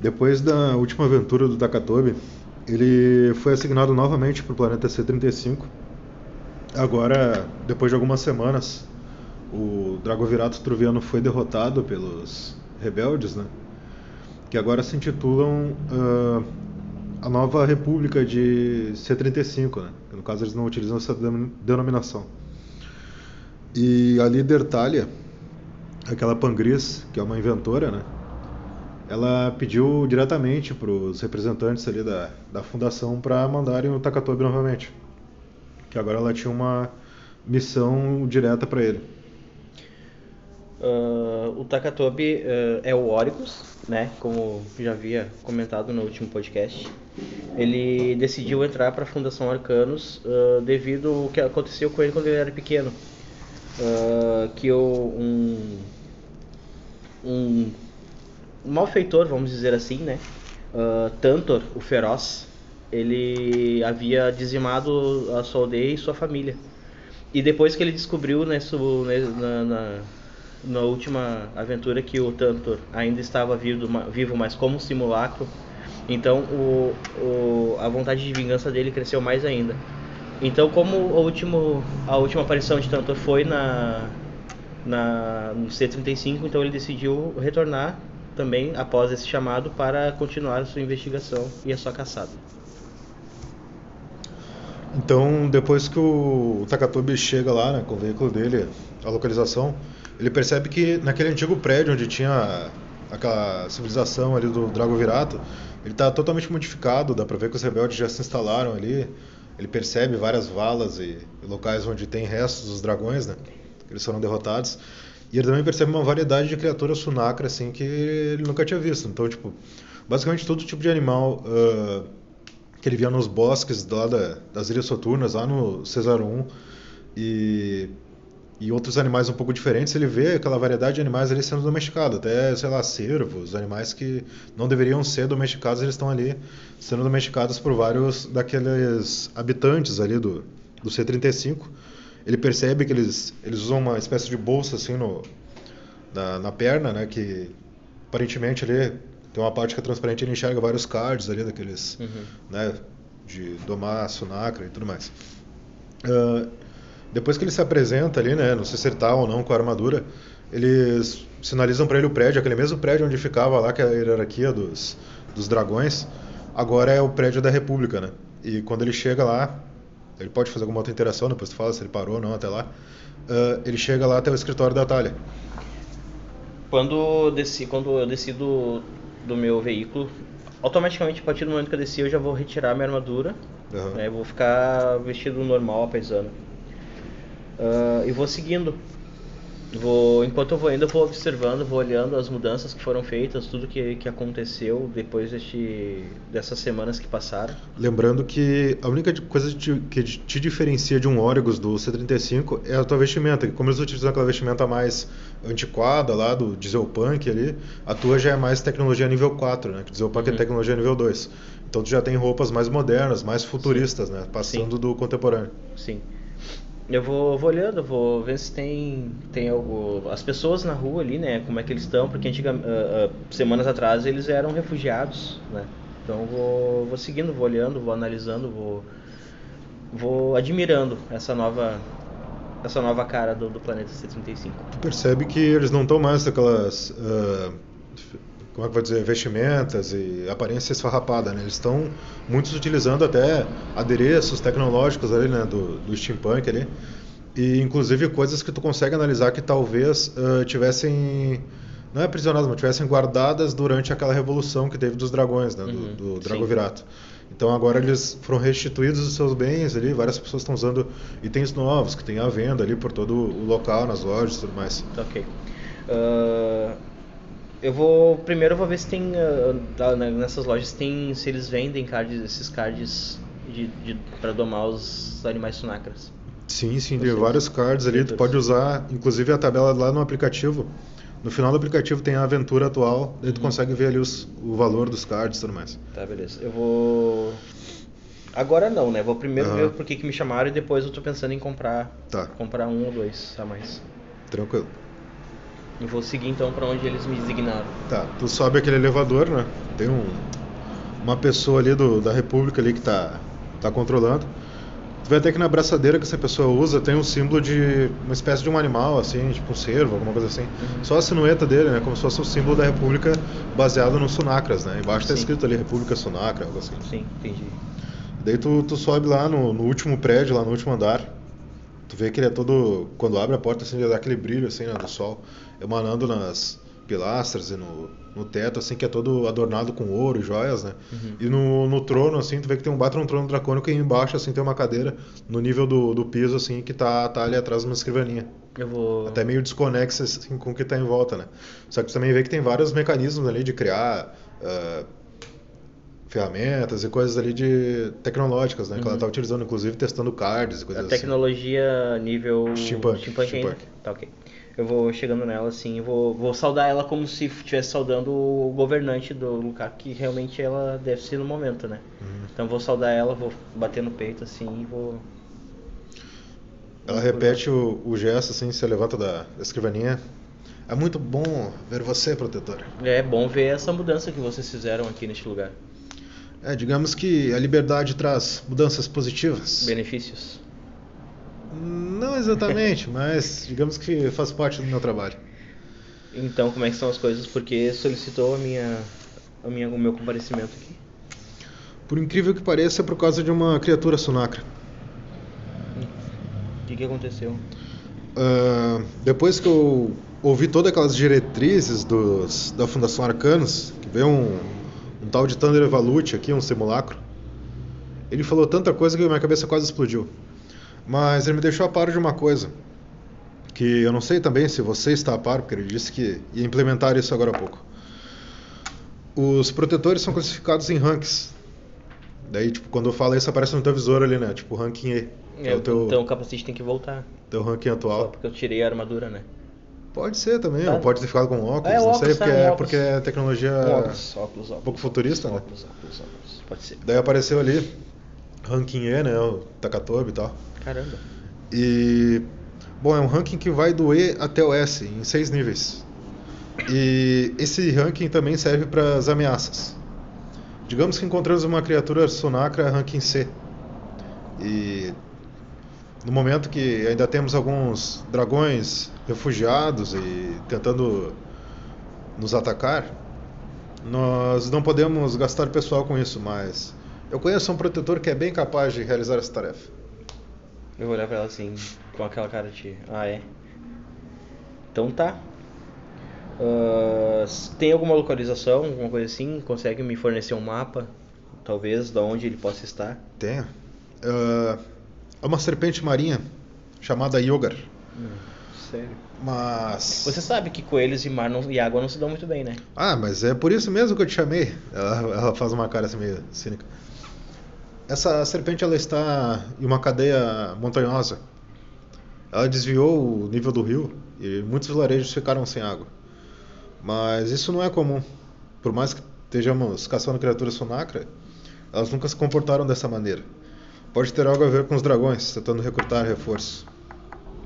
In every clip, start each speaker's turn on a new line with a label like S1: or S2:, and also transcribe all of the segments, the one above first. S1: Depois da última aventura do Takatobi, ele foi assignado novamente para o planeta C-35. Agora, depois de algumas semanas, o Dragovirato Truviano foi derrotado pelos rebeldes, né? Que agora se intitulam ah, a Nova República de C-35, né? No caso, eles não utilizam essa denom- denominação. E a líder Thalia, aquela pangris, que é uma inventora, né? Ela pediu diretamente para os representantes ali da, da fundação para mandarem o Takatobi novamente. Que agora ela tinha uma missão direta para ele.
S2: Ah, o Takatobi ah, é o Oricus, né? Como já havia comentado no último podcast. Ele decidiu entrar para a Fundação Arcanos ah, devido ao que aconteceu com ele quando ele era pequeno. Ah, que o, um, um malfeitor, vamos dizer assim, né? Ah, Tantor, o feroz, ele havia dizimado a sua aldeia e sua família. E depois que ele descobriu nessa, ne- na, na, na última aventura que o Tantor ainda estava vivo, ma- vivo mas como um simulacro, então o, o, a vontade de vingança dele cresceu mais ainda. Então, como o último, a última aparição de Tantor foi na, na, no C-35, então ele decidiu retornar também após esse chamado para continuar sua investigação e a sua caçada.
S1: Então, depois que o Takatobi chega lá, né, com o veículo dele, a localização, ele percebe que naquele antigo prédio onde tinha aquela civilização ali do Dragovirato, ele está totalmente modificado, dá pra ver que os rebeldes já se instalaram ali. Ele percebe várias valas e e locais onde tem restos dos dragões, né? que Eles foram derrotados. E ele também percebe uma variedade de criaturas sunacra assim que ele nunca tinha visto. Então, tipo, basicamente todo tipo de animal ah, que ele via nos bosques lá da, das Ilhas Soturnas, lá no Cesar 1, e, e outros animais um pouco diferentes, ele vê aquela variedade de animais ali sendo domesticado, até, sei lá, cervos, animais que não deveriam ser domesticados, eles estão ali sendo domesticados por vários daqueles habitantes ali do, do C-35. Ele percebe que eles, eles usam uma espécie de bolsa assim no, na, na perna, né, que aparentemente ali tem uma parte que é transparente, ele enxerga vários cards ali daqueles, né, de domar, sunacra e tudo mais. Ah, depois que ele se apresenta ali, né, não sei se ele tá ou não com a armadura, eles sinalizam para ele o prédio, aquele mesmo prédio onde ficava lá que é a hierarquia dos, dos dragões, agora é o prédio da República, né? E quando ele chega lá, ele pode fazer alguma outra interação, depois tu fala se ele parou ou não até lá, ah, ele chega lá até o escritório da Talha.
S2: Quando eu, desci, quando eu desci do, do meu veículo, automaticamente a partir do momento que eu desci eu já vou retirar minha armadura,
S1: Aham.
S2: né, vou ficar vestido normal, a paisana. Ah, e vou seguindo. Vou, enquanto eu vou indo, eu vou observando, vou olhando as mudanças que foram feitas, tudo que, que aconteceu depois deste, dessas semanas que passaram.
S1: Lembrando que a única de- coisa que te, que te diferencia de um Oregus do C35 é a tua vestimenta. que Como eles utilizam aquela vestimenta mais antiquada lá do Dieselpunk ali, a tua já é mais tecnologia nível 4, né? Que o Dieselpunk é tecnologia nível 2. Então tu já tem roupas mais modernas, mais futuristas, né? Passando do contemporâneo.
S2: Sim. Eu vou, vou olhando, vou ver se tem, tem algo. As pessoas na rua ali, né? Como é que eles estão, porque antiga, ah, ah, semanas atrás eles eram refugiados, né? Então eu vou, vou seguindo, vou olhando, vou analisando, vou, vou admirando essa nova, essa nova cara do, do planeta C35.
S1: Tu percebe que eles não estão mais daquelas. ah, f- como é que eu vou dizer? Vestimentas e aparência esfarrapada, né? Eles estão muitos utilizando até adereços tecnológicos ali, né? Do, do steampunk ali. E inclusive coisas que tu consegue analisar que talvez ah, tivessem. Não é aprisionadas, mas tivessem guardadas durante aquela revolução que teve dos dragões, né? Do,
S2: Uhum,
S1: do
S2: sim.
S1: Dragovirato. Então agora eles foram restituídos os seus bens ali, várias pessoas estão usando itens novos que tem à venda ali por todo o local, nas lojas e tudo mais.
S2: Tá, Ok. Ah, eu vou. Primeiro eu vou ver se tem. ah, tá, né, nessas lojas tem. Se eles vendem cards, esses cards de, de, pra domar os animais sunacras.
S1: Sim, sim, tem
S2: Vocês-
S1: vários cards ali, tu
S2: Creators.
S1: pode usar, inclusive a tabela lá no aplicativo. No final do aplicativo tem a aventura atual, daí tu consegue ver ali os, o valor dos cards e tudo mais.
S2: Tá, beleza. Eu vou. Agora não, né? Vou primeiro
S1: Aham.
S2: ver por que que me chamaram e depois eu tô pensando em comprar.
S1: Tá.
S2: Comprar um ou dois a mais.
S1: Tranquilo.
S2: Eu vou seguir então pra onde eles me designaram.
S1: Tá, tu sobe aquele elevador, né? Tem um, uma pessoa ali do, da República ali que tá, tá controlando. Tu vê até que na braçadeira que essa pessoa usa tem um símbolo de uma espécie de um animal, assim, tipo um cervo, alguma coisa assim. Só a sinueta dele, né? Como se fosse o símbolo da República baseado no Sunacras, né? Embaixo tá
S2: Sim.
S1: escrito ali República Sunacra, algo assim.
S2: Sim, entendi.
S1: Daí tu, tu sobe lá no, no último prédio, lá no último andar. Tu vê que ele é todo. Quando abre a porta, assim, ele dá aquele brilho assim, né, do sol, emanando nas pilastras e no, no teto, assim, que é todo adornado com ouro e joias, né? E no, no trono, assim, tu vê que tem um batra um trono dracônico e embaixo, assim, tem uma cadeira no nível do, do piso, assim, que tá, tá ali atrás de uma escrivaninha.
S2: Eu vou.
S1: Até meio desconexa assim, com o que tá em volta, né? Só que tu também vê que tem vários mecanismos ali de criar ah, ferramentas e coisas ali de tecnológicas, né? Que ela tá utilizando, inclusive testando cards e
S2: A
S1: coisas assim.
S2: tecnologia nível.
S1: Steampunk,
S2: ainda?
S1: steampunk.
S2: Tá ok. Eu vou chegando nela assim, eu vou, vou saudar ela como se estivesse saudando o governante do lugar que realmente ela deve ser no momento, né?
S1: Uhum.
S2: Então eu vou saudar ela, vou bater no peito assim e vou.
S1: Ela repete o, o gesto, assim, se levanta da, da escrivaninha. É muito bom ver você, protetor.
S2: É bom ver essa mudança que vocês fizeram aqui neste lugar.
S1: É, digamos que a liberdade traz mudanças positivas.
S2: Benefícios.
S1: Não exatamente, mas digamos que faz parte do meu trabalho.
S2: Então como é que são as coisas? Porque solicitou a minha, a minha, o meu comparecimento aqui.
S1: Por incrível que pareça, é por causa de uma criatura sunacra.
S2: O que, que aconteceu?
S1: Ah, depois que eu ouvi todas aquelas diretrizes dos, da Fundação Arcanos, que veio um, um tal de Thunder Evolute aqui, um simulacro, ele falou tanta coisa que minha cabeça quase explodiu. Mas ele me deixou a par de uma coisa, que eu não sei também se você está a par, porque ele disse que ia implementar isso agora há pouco. Os protetores são classificados em ranks. Daí, tipo, quando eu falo isso, aparece no teu visor ali, né? Tipo, ranking E. que é o teu,
S2: Então o capacete tem que voltar.
S1: teu ranking atual.
S2: Só porque eu tirei a armadura, né?
S1: Pode ser também,
S2: Tá.
S1: ou pode ter ficado com óculos,
S2: É,
S1: não sei,
S2: óculos, tá,
S1: porque,
S2: é
S1: é,
S2: óculos.
S1: porque é tecnologia
S2: Óculos, óculos,
S1: um
S2: óculos.
S1: pouco futurista, né?
S2: Óculos, óculos, óculos. Pode ser.
S1: Daí apareceu ali, ranking E, né, o Takatobi e tal.
S2: Caramba.
S1: E, bom, é um ranking que vai do E até o S, em seis níveis. E esse ranking também serve para as ameaças. Digamos que encontramos uma criatura sonacra ranking C. E no momento que ainda temos alguns dragões refugiados e tentando nos atacar, nós não podemos gastar pessoal com isso, mas eu conheço um protetor que é bem capaz de realizar essa tarefa.
S2: Eu vou olhar pra ela assim, com aquela cara de. Ah, é. Então tá. Ah, s- tem alguma localização, alguma coisa assim? Consegue me fornecer um mapa? Talvez, da onde ele possa estar?
S1: Tem. Ah, é uma serpente marinha chamada Yogar.
S2: Sério.
S1: Mas.
S2: Você sabe que coelhos e mar não- e água não se dão muito bem, né?
S1: Ah, mas é por isso mesmo que eu te chamei. Ela, ela faz uma cara assim meio cínica. Essa serpente ela está em uma cadeia montanhosa. Ela desviou o nível do rio e muitos vilarejos ficaram sem água. Mas isso não é comum. Por mais que estejamos caçando criaturas sonacra, elas nunca se comportaram dessa maneira. Pode ter algo a ver com os dragões tentando recrutar reforço.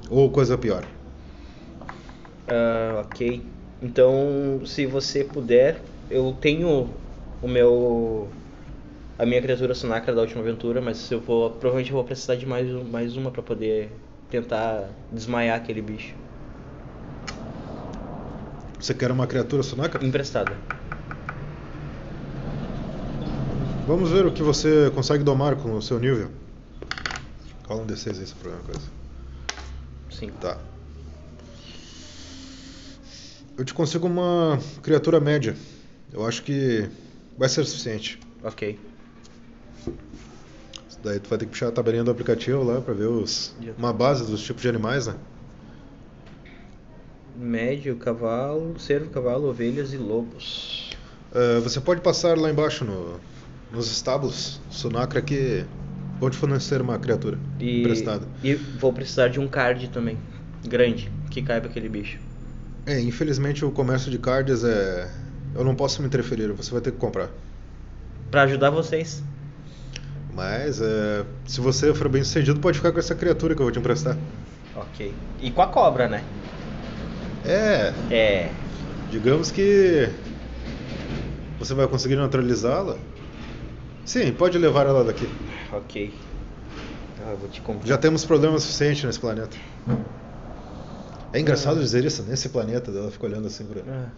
S1: Ou coisa pior.
S2: Ah, ok. Então, se você puder, eu tenho o meu a minha criatura sonacra da última aventura, mas eu vou provavelmente eu vou precisar de mais um- mais uma pra poder tentar desmaiar aquele bicho.
S1: Você quer uma criatura sonacra?
S2: Emprestada.
S1: Vamos ver o que você consegue domar com o seu nível. Rola um D6 aí, se for alguma coisa.
S2: Sim.
S1: Tá. Eu te consigo uma criatura média. Eu acho que vai ser suficiente.
S2: Ok.
S1: Daí tu vai ter que puxar a tabelinha do aplicativo lá pra ver os,
S2: Yeah.
S1: uma base dos tipos de animais, né?
S2: Médio, cavalo, cervo, cavalo, ovelhas e lobos.
S1: Ah, você pode passar lá embaixo no, nos estábulos, Sunacra, que vão te fornecer uma criatura
S2: E
S1: emprestada.
S2: e vou precisar de um card também, grande, que caiba aquele bicho.
S1: É, infelizmente o comércio de cards é. Eu não posso me interferir, você vai ter que comprar.
S2: Pra ajudar vocês.
S1: Mas é, se você for bem sucedido, pode ficar com essa criatura que eu vou te emprestar.
S2: Ok. E com a cobra, né?
S1: É,
S2: É.
S1: digamos que você vai conseguir neutralizá-la? Sim, pode levar ela daqui.
S2: Ok. Ah, eu vou te comprar.
S1: Já temos problema suficiente nesse planeta. É engraçado dizer isso, nesse planeta, ela fica olhando assim pra,
S2: Ah.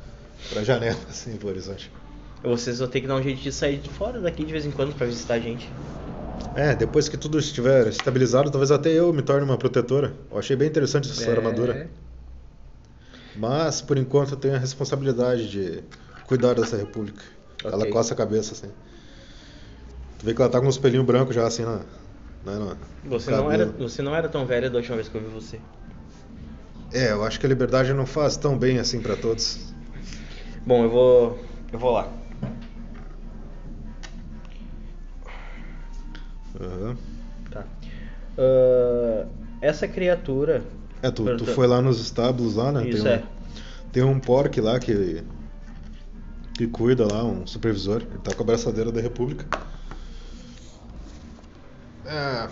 S1: pra janela, assim, pro horizonte.
S2: Vocês vão ter que dar um jeito de sair de fora daqui de vez em quando pra visitar a gente.
S1: É, depois que tudo estiver estabilizado, talvez até eu me torne uma protetora. Eu achei bem interessante essa
S2: É.
S1: armadura. Mas, por enquanto, eu tenho a responsabilidade de cuidar dessa república. Ela
S2: Ok.
S1: coça a cabeça, assim. Tu vê que ela tá com uns pelinhos brancos já, assim, na... né, na- no
S2: Você não, era,
S1: cabelo.
S2: você não era tão velha da última vez que eu vi você.
S1: É, eu acho que a liberdade não faz tão bem assim pra todos.
S2: Bom, eu vou. Eu vou lá.
S1: Aham.
S2: Tá. Ah, essa criatura.
S1: É, tu, tu
S2: Pergunta-
S1: foi lá nos estábulos lá, né?
S2: Isso
S1: tem um,
S2: é.
S1: Tem um porc lá que... Que cuida lá, um supervisor. Ele tá com a braçadeira da república. Ah...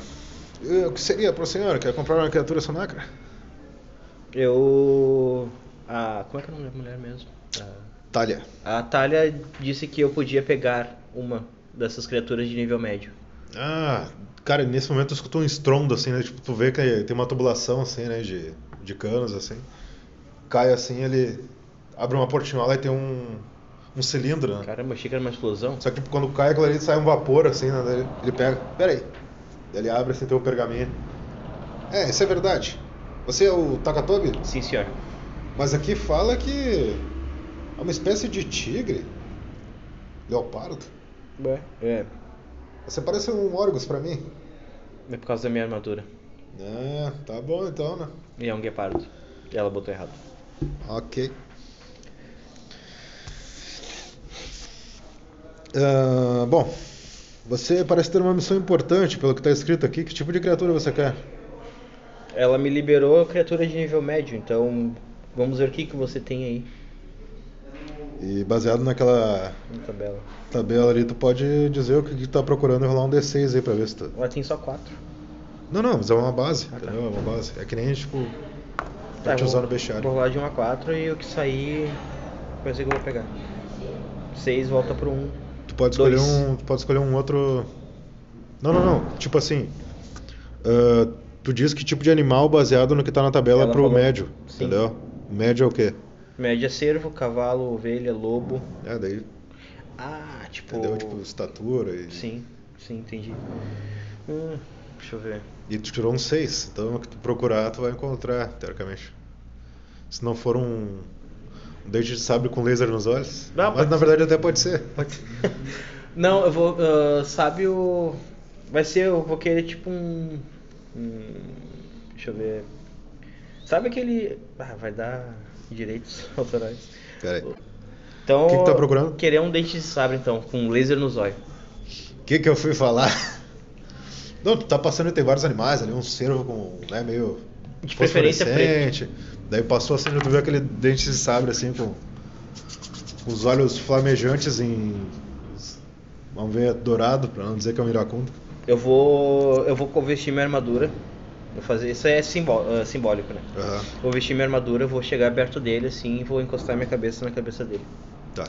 S1: eh, O que seria pro senhor? Quer comprar uma criatura sonacra?
S2: Eu. Ah, como é que é o nome da mulher mesmo? Ah,
S1: Talha.
S2: a Thalia disse que eu podia pegar uma dessas criaturas de nível médio.
S1: Ah, cara, nesse momento tu escutou um estrondo, assim, né? Tipo, tu vê que tem uma tubulação, assim, né? De, de canos, assim. Cai assim, ele abre uma portinhola e tem um, um cilindro, né?
S2: Caramba, achei que era uma explosão.
S1: Só que tipo, quando cai aquilo ali sai um vapor, assim, né? Daí Ele, ele pega. Pera aí. Daí Ele abre assim, tem um pergaminho. É, isso é verdade. Você é o Takatobi?
S2: Sim, senhor.
S1: Mas aqui fala que é uma espécie de tigre. Leopardo.
S2: É.
S1: Você parece um Orgus pra mim.
S2: É por causa da minha armadura.
S1: É, tá bom então, né?
S2: E é um guepardo. Ela botou errado.
S1: Ok. Ah, bom, você parece ter uma missão importante pelo que está escrito aqui. Que tipo de criatura você quer?
S2: Ela me liberou a criatura de nível médio, então vamos ver o que, que você tem aí
S1: E baseado naquela
S2: na tabela.
S1: tabela ali, tu pode dizer o que que tu tá procurando e rolar um D6 aí pra ver se tu...
S2: Ela tem só quatro.
S1: Não, não, mas é uma base,
S2: Ah, tá.
S1: entendeu? É uma base. É que nem, tipo,
S2: Tá,
S1: pra te
S2: eu
S1: usar
S2: vou-
S1: no bestiário.
S2: Vou rolar de 1 a 4 e o que sair vai ser que eu vou pegar. 6 volta pro 1.
S1: Tu pode escolher
S2: Dois.
S1: um. Tu pode escolher um outro. Não, não, não. Tipo assim. ah, tu diz que tipo de animal baseado no que tá na tabela
S2: Ela
S1: pro
S2: falou.
S1: médio.
S2: Sim.
S1: Entendeu? O médio é o quê?
S2: Média cervo, cavalo, ovelha, lobo.
S1: É, daí.
S2: Ah, tipo.
S1: Entendeu? Tipo, estatura e.
S2: Sim, sim, entendi. Hum, deixa eu ver.
S1: E tu tirou um 6. Então o que tu procurar, tu vai encontrar, teoricamente. Se não for um. Um dente de sabre com laser nos olhos.
S2: Ah,
S1: Mas
S2: pode
S1: na verdade até pode ser.
S2: Pode ser. Não, eu vou. ah, sabe o. Vai ser. Eu vou querer tipo um. um- Deixa eu ver. Sabe aquele. Ah, vai dar direitos autorais.
S1: Pera aí.
S2: Então.
S1: O que que tá procurando?
S2: Querer um dente de sabre então, com laser nos olhos.
S1: O que que eu fui falar? Não, tu tá passando e tem vários animais ali, um cervo com, né, meio
S2: De preferência
S1: fosforescente. Daí passou assim, tu viu aquele dente de sabre assim com com os olhos flamejantes em vamos ver, dourado, pra não dizer que é um iracundo.
S2: Eu vou. Eu vou co- vestir minha armadura. Vou fazer. Isso é simbó- ah, simbólico, né?
S1: Aham.
S2: Vou vestir minha armadura, vou chegar perto dele assim e vou encostar minha cabeça na cabeça dele.
S1: Tá.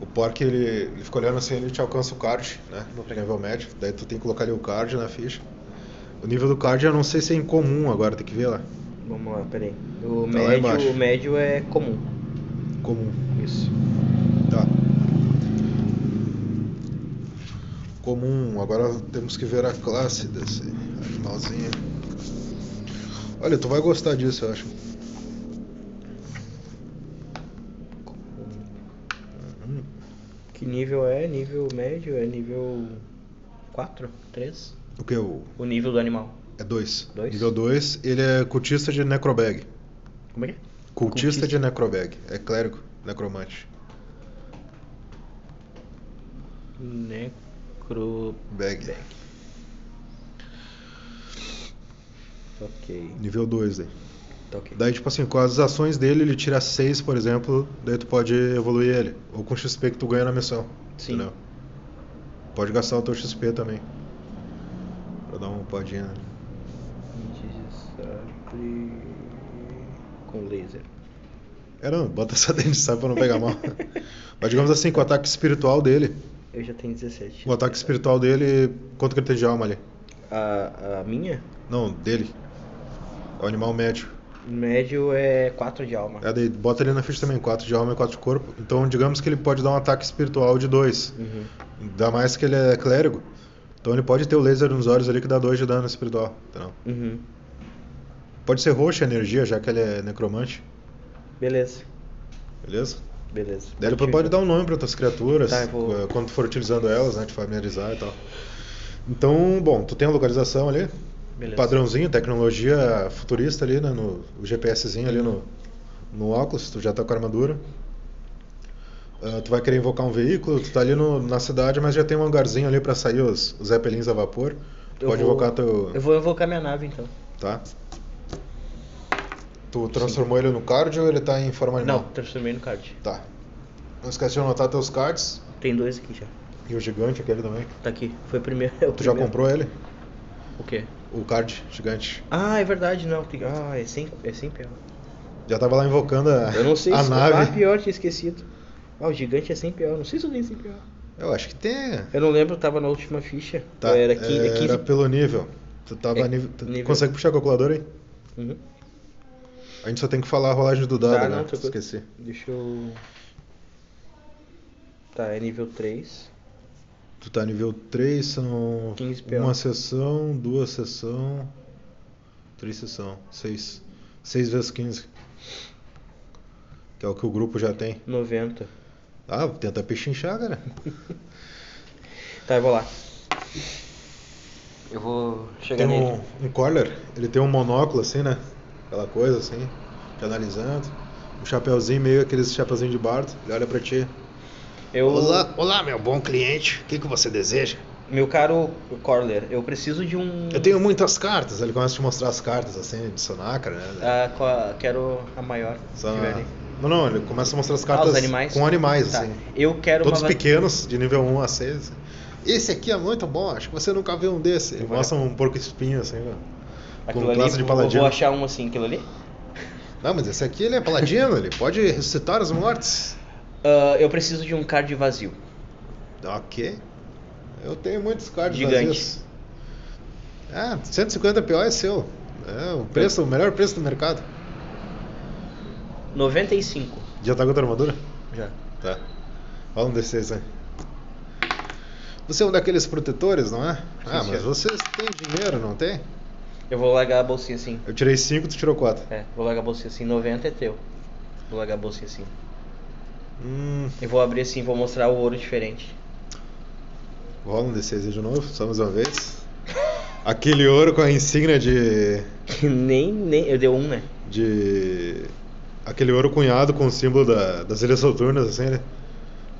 S1: O porco ele, ele fica olhando assim, ele te alcança o card, né? No nível médio. Daí tu tem que colocar ali o card na ficha. O nível do card eu não sei se é incomum agora, tem que ver lá.
S2: Vamos lá, peraí. O,
S1: Tá lá
S2: médio,
S1: embaixo.
S2: o médio é comum.
S1: Comum.
S2: Isso.
S1: Tá. Comum, agora temos que ver a classe desse animalzinho. Olha, tu vai gostar disso, eu acho. Uhum.
S2: Que nível é? Nível médio? É nível 4? 3?
S1: O que? O...
S2: O nível do animal.
S1: É 2.
S2: Dois?
S1: Nível 2, ele é cultista de necrobag.
S2: Como é que é?
S1: Cultista,
S2: Cultista.
S1: de necrobag. É clérigo, necromante.
S2: Necro.
S1: Bag.
S2: Ok.
S1: Nível 2, daí.
S2: Tá ok.
S1: Daí, tipo assim, com as ações dele, ele tira 6, por exemplo, daí tu pode evoluir ele. Ou com XP que tu ganha na missão.
S2: Sim.
S1: Entendeu? Pode gastar o teu XP também. Pra dar uma upadinha.
S2: Dente de sabre Com laser.
S1: Era, não, bota essa dentro de sabe pra não pegar mal. Mas digamos assim, com o ataque espiritual dele.
S2: Eu já tenho 17.
S1: O ataque espiritual dele. Quanto que ele tem de alma ali?
S2: A, a minha?
S1: Não, dele. É o animal médio.
S2: Médio é 4 de alma.
S1: É, daí bota ele na ficha também, 4 de alma e 4 de corpo. Então digamos que ele pode dar um ataque espiritual de 2.
S2: Uhum.
S1: Ainda mais que ele é clérigo. Então ele pode ter o laser nos olhos ali que dá 2 de dano espiritual. Entendeu?
S2: Uhum.
S1: Pode ser roxa a energia, já que ele é necromante.
S2: Beleza.
S1: Beleza?
S2: Beleza.
S1: Daí depois pode dar um nome para tuas criaturas,
S2: Tá, eu vou-
S1: eh, quando tu for utilizando elas, né, te familiarizar e tal. Então, bom, tu tem a localização ali,
S2: Beleza.
S1: padrãozinho, tecnologia futurista ali, né, no o GPSzinho ali no, no óculos, tu já tá com a armadura. Ah, tu vai querer invocar um veículo, tu tá ali no- na cidade, mas já tem um hangarzinho ali para sair os, os zeppelins a vapor. Tu
S2: Eu
S1: pode
S2: vou-
S1: invocar teu...
S2: Eu vou invocar minha nave então.
S1: tá? Tu transformou ele no cardio ou ele tá em forma animal?
S2: Não, transformei no card.
S1: Tá. Não esquece de anotar teus cards.
S2: Tem dois aqui já.
S1: E o gigante aquele também.
S2: Tá aqui. Foi o primeiro. é o
S1: Tu já
S2: primeiro.
S1: comprou ele?
S2: O quê?
S1: O card gigante.
S2: Ah, é verdade, não. Tem- Ah, é sem, é sem PO.
S1: Já tava lá invocando a,
S2: Eu não sei
S1: a
S2: se Ah,
S1: nave.
S2: pior, tinha esquecido. Ah, o gigante é sem PO. Não sei se eu tenho sem PO.
S1: Eu acho que tem.
S2: Eu não lembro, tava na última ficha.
S1: Tá.
S2: Ou Era é 15.
S1: era pelo nível. Tu tava
S2: É,
S1: nível, tu
S2: nível.
S1: Consegue puxar a calculadora aí?
S2: Uhum.
S1: A gente só tem que falar a rolagem do dado,
S2: Tá,
S1: né?
S2: não, tranquilo.
S1: Esqueci.
S2: Deixa eu. Tá, é nível 3.
S1: Tu tá nível 3, são
S2: 15 PO.
S1: uma sessão, duas sessão, três sessão, seis. Seis vezes 15. Que é o que o grupo já tem.
S2: 90.
S1: Ah, tenta pichinchar, cara.
S2: Tá, eu vou lá. Eu vou
S1: Tem
S2: chegar nele.
S1: um, um collar, ele tem um monóculo assim, né? Aquela coisa assim, te analisando. Um chapeuzinho meio aqueles chapeuzinho de bardo. Ele olha pra ti.
S2: Eu,
S1: olá, meu bom cliente. O que, que você deseja?
S2: Meu caro Corler, eu preciso de um.
S1: Eu tenho muitas cartas. Ele começa a te mostrar as cartas assim, de sonacra, né?
S2: Ah, qual a- quero a maior.
S1: Só-
S2: que tiver ali.
S1: Ah. Não, não, ele começa a mostrar as
S2: Ah,
S1: cartas
S2: os animais?
S1: com animais,
S2: Tá.
S1: assim.
S2: Eu quero
S1: Todos
S2: uma. va-
S1: pequenos, de nível 1 a 6. Esse aqui é muito bom, acho que você nunca viu um desse. Ele
S2: Vai.
S1: mostra um porco espinho, assim, ó.
S2: Aquilo
S1: com
S2: ali,
S1: classe de
S2: eu
S1: paladino.
S2: vou achar um assim, aquilo ali.
S1: Não, mas esse aqui ele é paladino, ele pode ressuscitar os mortos.
S2: Ah, eu preciso de um card vazio.
S1: Ok. Eu tenho muitos cards
S2: Gigante.
S1: vazios. Ah, 150 PO é seu. É o preço, o melhor preço do mercado.
S2: 95.
S1: Já tá com a tua armadura?
S2: Já.
S1: Tá. Fala um D6 aí. Você é um daqueles protetores, não é? ah, mas
S2: senhor.
S1: vocês têm dinheiro, não tem?
S2: Eu vou largar a bolsinha assim.
S1: Eu tirei 5, tu tirou 4.
S2: É, vou largar a bolsinha assim. 90 é teu. Vou largar a bolsinha assim.
S1: Hum,
S2: Eu vou abrir assim, vou mostrar o ouro diferente.
S1: rola um D6 aí de novo, só mais uma vez. Aquele ouro com a insígnia de.
S2: Que nem, nem. Eu dei um, né?
S1: de aquele ouro cunhado com o símbolo da- das ilhas soturnas, assim, né?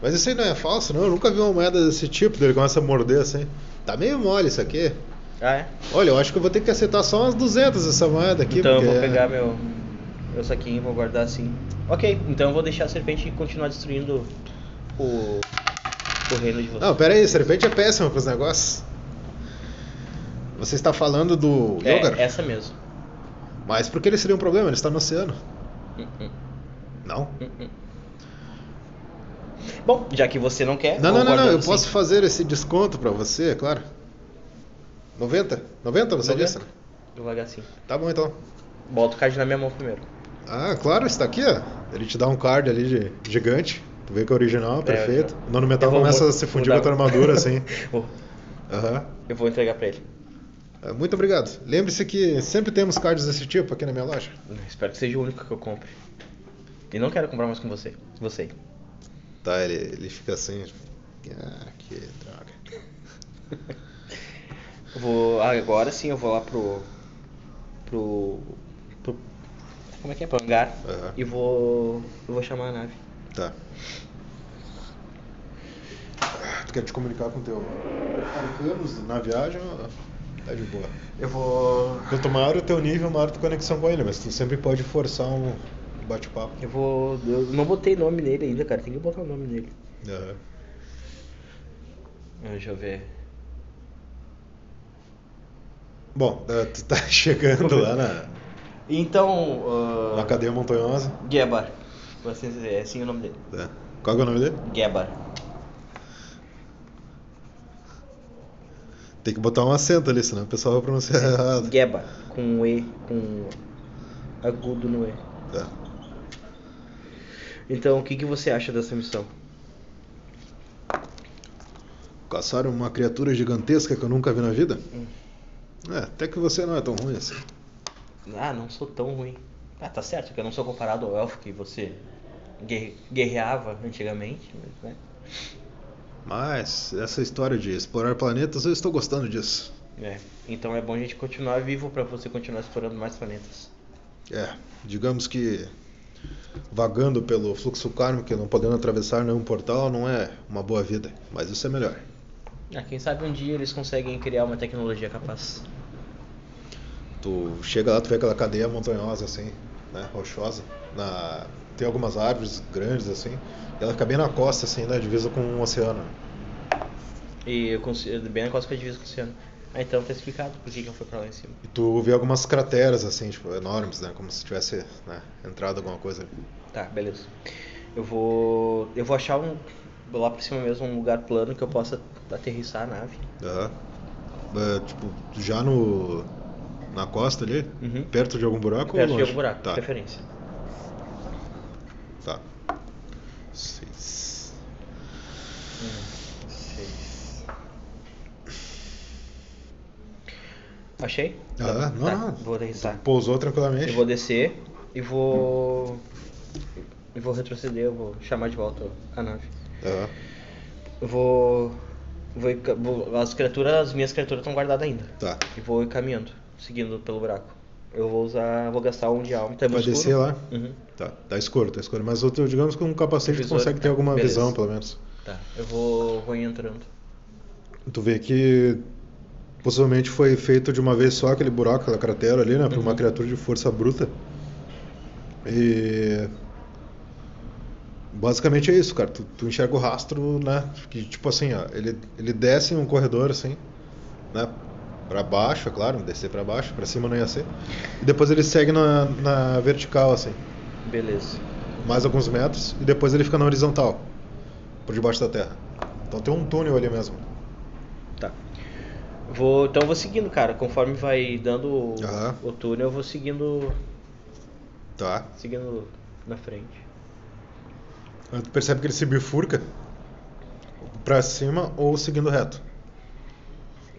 S1: Mas isso aí não é falso, não. Eu nunca vi uma moeda desse tipo. Daí Ele começa a morder assim. Tá meio mole isso aqui.
S2: Ah, é?
S1: Olha, eu acho que eu vou ter que aceitar só umas 200 essa moeda aqui.
S2: então eu
S1: porque
S2: vou
S1: é-
S2: pegar meu, meu saquinho e vou guardar assim. Ok, então eu vou deixar a serpente continuar destruindo o, o reino de vocês.
S1: Não, pera aí, serpente é péssima pros negócios. Você está falando do
S2: é,
S1: Yogar?
S2: essa mesmo.
S1: Mas por que ele seria um problema? Ele está no oceano.
S2: Hum, hum,
S1: Não?
S2: hum, hum. Bom, já que você não quer.
S1: Não, não,
S2: vou
S1: não, não.
S2: guardando
S1: Eu
S2: assim.
S1: posso fazer esse desconto pra você, é claro. 90? 90 você
S2: 90?
S1: disse? né?
S2: Vou largar assim.
S1: Tá bom então.
S2: Bota o card na minha mão primeiro.
S1: Ah, claro, está aqui, ó. Ele te dá um card ali de gigante. Tu vê que é original, perfeito.
S2: já.
S1: O nono metal
S2: Eu vou
S1: começa
S2: mu-
S1: a se fundir com a
S2: mudar.
S1: tua armadura, assim.
S2: Vou-
S1: Aham.
S2: Eu vou entregar pra ele.
S1: Ah, Muito obrigado. Lembre-se que sempre temos cards desse tipo aqui na minha loja.
S2: Espero que seja o único que eu compre. E não quero comprar mais com você. Você.
S1: Tá, ele, ele fica assim. Ah, que droga.
S2: Eu Vou agora sim, eu vou lá pro pro, pro- como é que é, pro hangar
S1: Aham.
S2: e vou eu vou chamar a nave.
S1: Tá. Ah, Tu quer te comunicar com o teu arcanos na viagem? ó, Tá de boa.
S2: Eu vou
S1: Quanto maior o teu nível, maior a tua conexão com ele, mas tu sempre pode forçar um bate-papo.
S2: eu vou eu não botei nome nele ainda, cara. Tem que botar o nome nele.
S1: Aham.
S2: Ah, Deixa eu ver.
S1: Bom, eh, tu tá chegando lá na,
S2: Então,
S1: na
S2: uh,
S1: ah, cadeia montanhosa.
S2: Gebar, Vai ser é assim o nome dele.
S1: É. Qual que é o nome dele?
S2: Gebar.
S1: Tem que botar um acento ali, senão o pessoal vai pronunciar errado.
S2: Gebar. Com um E, com um agudo no E.
S1: Tá.
S2: Então, o que, que você acha dessa missão?
S1: Caçaram uma criatura gigantesca que eu nunca vi na vida? É, até que você não é tão ruim assim.
S2: Ah, não sou tão ruim. Ah, tá certo que eu não sou comparado ao elfo que você guerre- guerreava antigamente, mas, né?
S1: Mas essa história de explorar planetas, eu estou gostando disso.
S2: É. Então é bom a gente continuar vivo pra você continuar explorando mais planetas.
S1: É, digamos que vagando pelo fluxo kármico, e não podendo atravessar nenhum portal, não é uma boa vida. Mas isso é melhor.
S2: Ah, quem sabe um dia eles conseguem criar uma tecnologia capaz.
S1: Tu chega lá, tu vê aquela cadeia montanhosa assim, né, rochosa. Na... Tem algumas árvores grandes assim. E ela fica bem na costa assim, na divisa com o oceano.
S2: E eu consigo, bem na costa que eu diviso com o oceano. Ah, então tá explicado por que que eu fui pra lá em cima.
S1: E tu vê algumas crateras assim, tipo, enormes, né, como se tivesse né, entrado alguma coisa ali.
S2: Tá, beleza. Eu vou. Eu vou achar um. vou Lá pra cima mesmo, um lugar plano que eu possa aterrissar a nave.
S1: Aham. É, tipo, já no. Na costa ali?
S2: Uhum.
S1: Perto de algum buraco ou
S2: Perto tipo de
S1: longe?
S2: algum buraco,
S1: Tá,
S2: preferência.
S1: tá. Seis.
S2: Um, seis. Achei?
S1: Ah, não,
S2: Tá,
S1: não.
S2: Vou aterrissar.
S1: Pousou tranquilamente.
S2: Eu vou descer e vou. E vou retroceder, eu vou chamar de volta a nave.
S1: Aham.
S2: Eu vou. vou, ir ca- vou- as criaturas, as minhas criaturas estão guardadas ainda.
S1: Tá.
S2: E vou ir caminhando, seguindo pelo buraco. Eu vou usar. Vou gastar um de alma. Tá
S1: Vai
S2: muito escuro.
S1: descer lá?
S2: Uhum.
S1: Tá, tá escuro, tá escuro. Mas outro, digamos que um capacete tu
S2: Visor.
S1: consegue ter alguma
S2: né? Beleza.
S1: visão, pelo menos.
S2: Tá. Eu vou, vou ir entrando.
S1: Tu vê que possivelmente foi feito de uma vez só aquele buraco, aquela cratera ali, né? Por uma criatura de força bruta. E. Basicamente é isso, cara. Tu, tu enxerga o rastro, né? Que tipo assim, ó, ele, ele desce em um corredor assim, né? Pra baixo, é claro, descer pra baixo, pra cima não ia ser. E depois ele segue na, na vertical, assim,
S2: Beleza.
S1: mais alguns metros, e depois ele fica na horizontal, por debaixo da terra. Então tem um túnel ali mesmo.
S2: Tá. Vou, então eu vou seguindo, cara. Conforme vai dando o,
S1: Aham.
S2: o túnel, eu vou seguindo.
S1: Tá.
S2: Seguindo na frente.
S1: Aí Tu percebe que ele se bifurca pra cima ou seguindo reto.